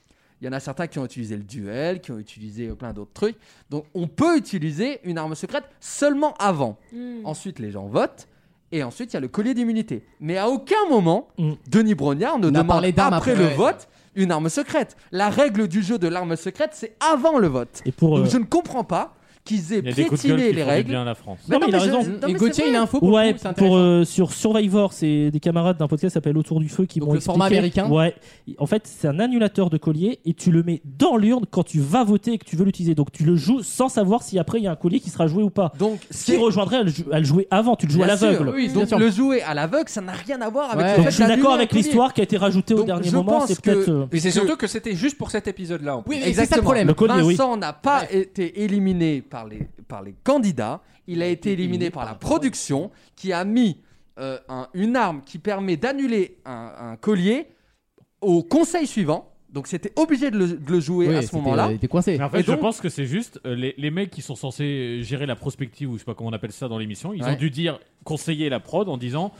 S6: Il y en a certains qui ont utilisé le duel, qui ont utilisé euh, plein d'autres trucs. Donc on peut utiliser une arme secrète seulement avant.
S8: Hmm.
S10: Mm.
S6: Ensuite, les gens votent. Et ensuite, il y a le collier d'immunité. Mais à aucun moment, Denis Brognard ne demande
S2: parlé d'armes
S6: après,
S2: après,
S6: le
S2: ouais.
S6: vote une arme secrète. La règle du jeu de l'arme secrète, c'est avant le vote.
S12: Et pour,
S6: Donc
S12: euh,
S6: je ne comprends pas qu'ils aient
S5: y a des coups de gueule
S6: piétiné
S5: qui
S6: les
S5: font du
S6: règles.
S5: bien à la France.
S6: Mais
S12: non, mais il a
S6: mais je-
S12: raison.
S6: non, mais c'est vrai.
S12: Ouais, pour euh, sur Survivor, c'est des camarades d'un podcast qui s'appelle Autour du feu qui m'ont
S2: le format
S12: expliqué-
S2: américain.
S12: Ouais. En fait, c'est un annulateur de collier et tu le mets dans l'urne quand tu vas voter et que tu veux l'utiliser. Donc tu le joues sans savoir si après il y a un collier qui sera joué ou pas.
S6: Donc
S12: ce qui rejoindrait à le, jou- à le jouer avant, tu le joues à
S6: Bien sûr,
S12: l'aveugle.
S6: oui, donc le jouer à l'aveugle, ça n'a rien à voir avec
S12: Ouais.
S6: le
S12: Donc
S6: fait
S12: je suis
S6: d'annuler
S12: d'accord
S6: un
S12: avec
S6: collier.
S12: l'histoire qui a été rajoutée au
S6: Donc,
S12: dernier
S6: je
S12: moment,
S6: pense
S12: c'est
S6: que-
S12: peut-être, euh,
S4: Mais c'est
S12: que-
S4: surtout que c'était juste pour cet épisode-là. en plus.
S6: Exactement. Vincent n'a pas été éliminé par les, par les candidats. Il a été éliminé par la production qui a mis euh, un- une arme qui permet d'annuler un, un collier au conseil suivant. Donc c'était obligé de le, de le jouer
S2: Oui,
S6: à ce
S2: c'était- euh,
S6: moment-là.
S2: il était coincé.
S5: Mais en fait,
S6: Et donc-
S5: je pense que c'est juste euh, les, les mecs qui sont censés euh, gérer la prospective ou je sais pas comment on appelle ça dans l'émission, ils
S6: Ouais.
S5: ont dû dire conseiller la prod en disant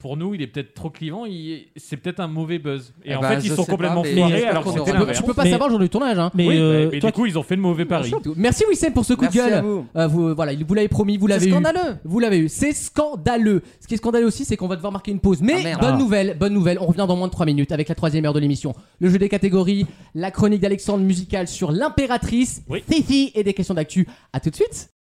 S5: pour nous il est peut-être trop clivant, il- c'est peut-être un mauvais buzz. Et
S2: Eh
S5: en
S6: bah,
S2: ben,
S5: fait ils
S2: je
S5: sont
S2: sais pas,
S5: complètement
S2: mais
S5: foirés
S2: j'espère
S5: alors que
S2: qu'on
S5: c'était
S2: aura-
S5: l'inverse.
S2: Tu peux pas Mais- savoir le jour du tournage, hein.
S5: Oui,
S2: Mais, euh,
S5: mais
S2: toi
S5: du coup ils ont fait le mauvais pari.
S2: Merci Wissem pour ce coup
S5: Merci
S2: de gueule.
S5: à vous.
S2: Euh, vous, voilà, il- vous l'avez promis, vous
S5: C'est
S2: l'avez eu.
S5: scandaleux.
S2: Vous l'avez eu. C'est scandaleux. Ce qui est scandaleux aussi, c'est qu'on va devoir marquer une pause. Mais
S6: merde.
S2: bonne
S6: Ah.
S2: nouvelle, bonne nouvelle. On revient dans moins de 3 minutes avec la troisième heure de l'émission. Le jeu des catégories, la chronique d'Alexandre musicale sur l'impératrice, Fifi et des questions d'actu. À tout de suite.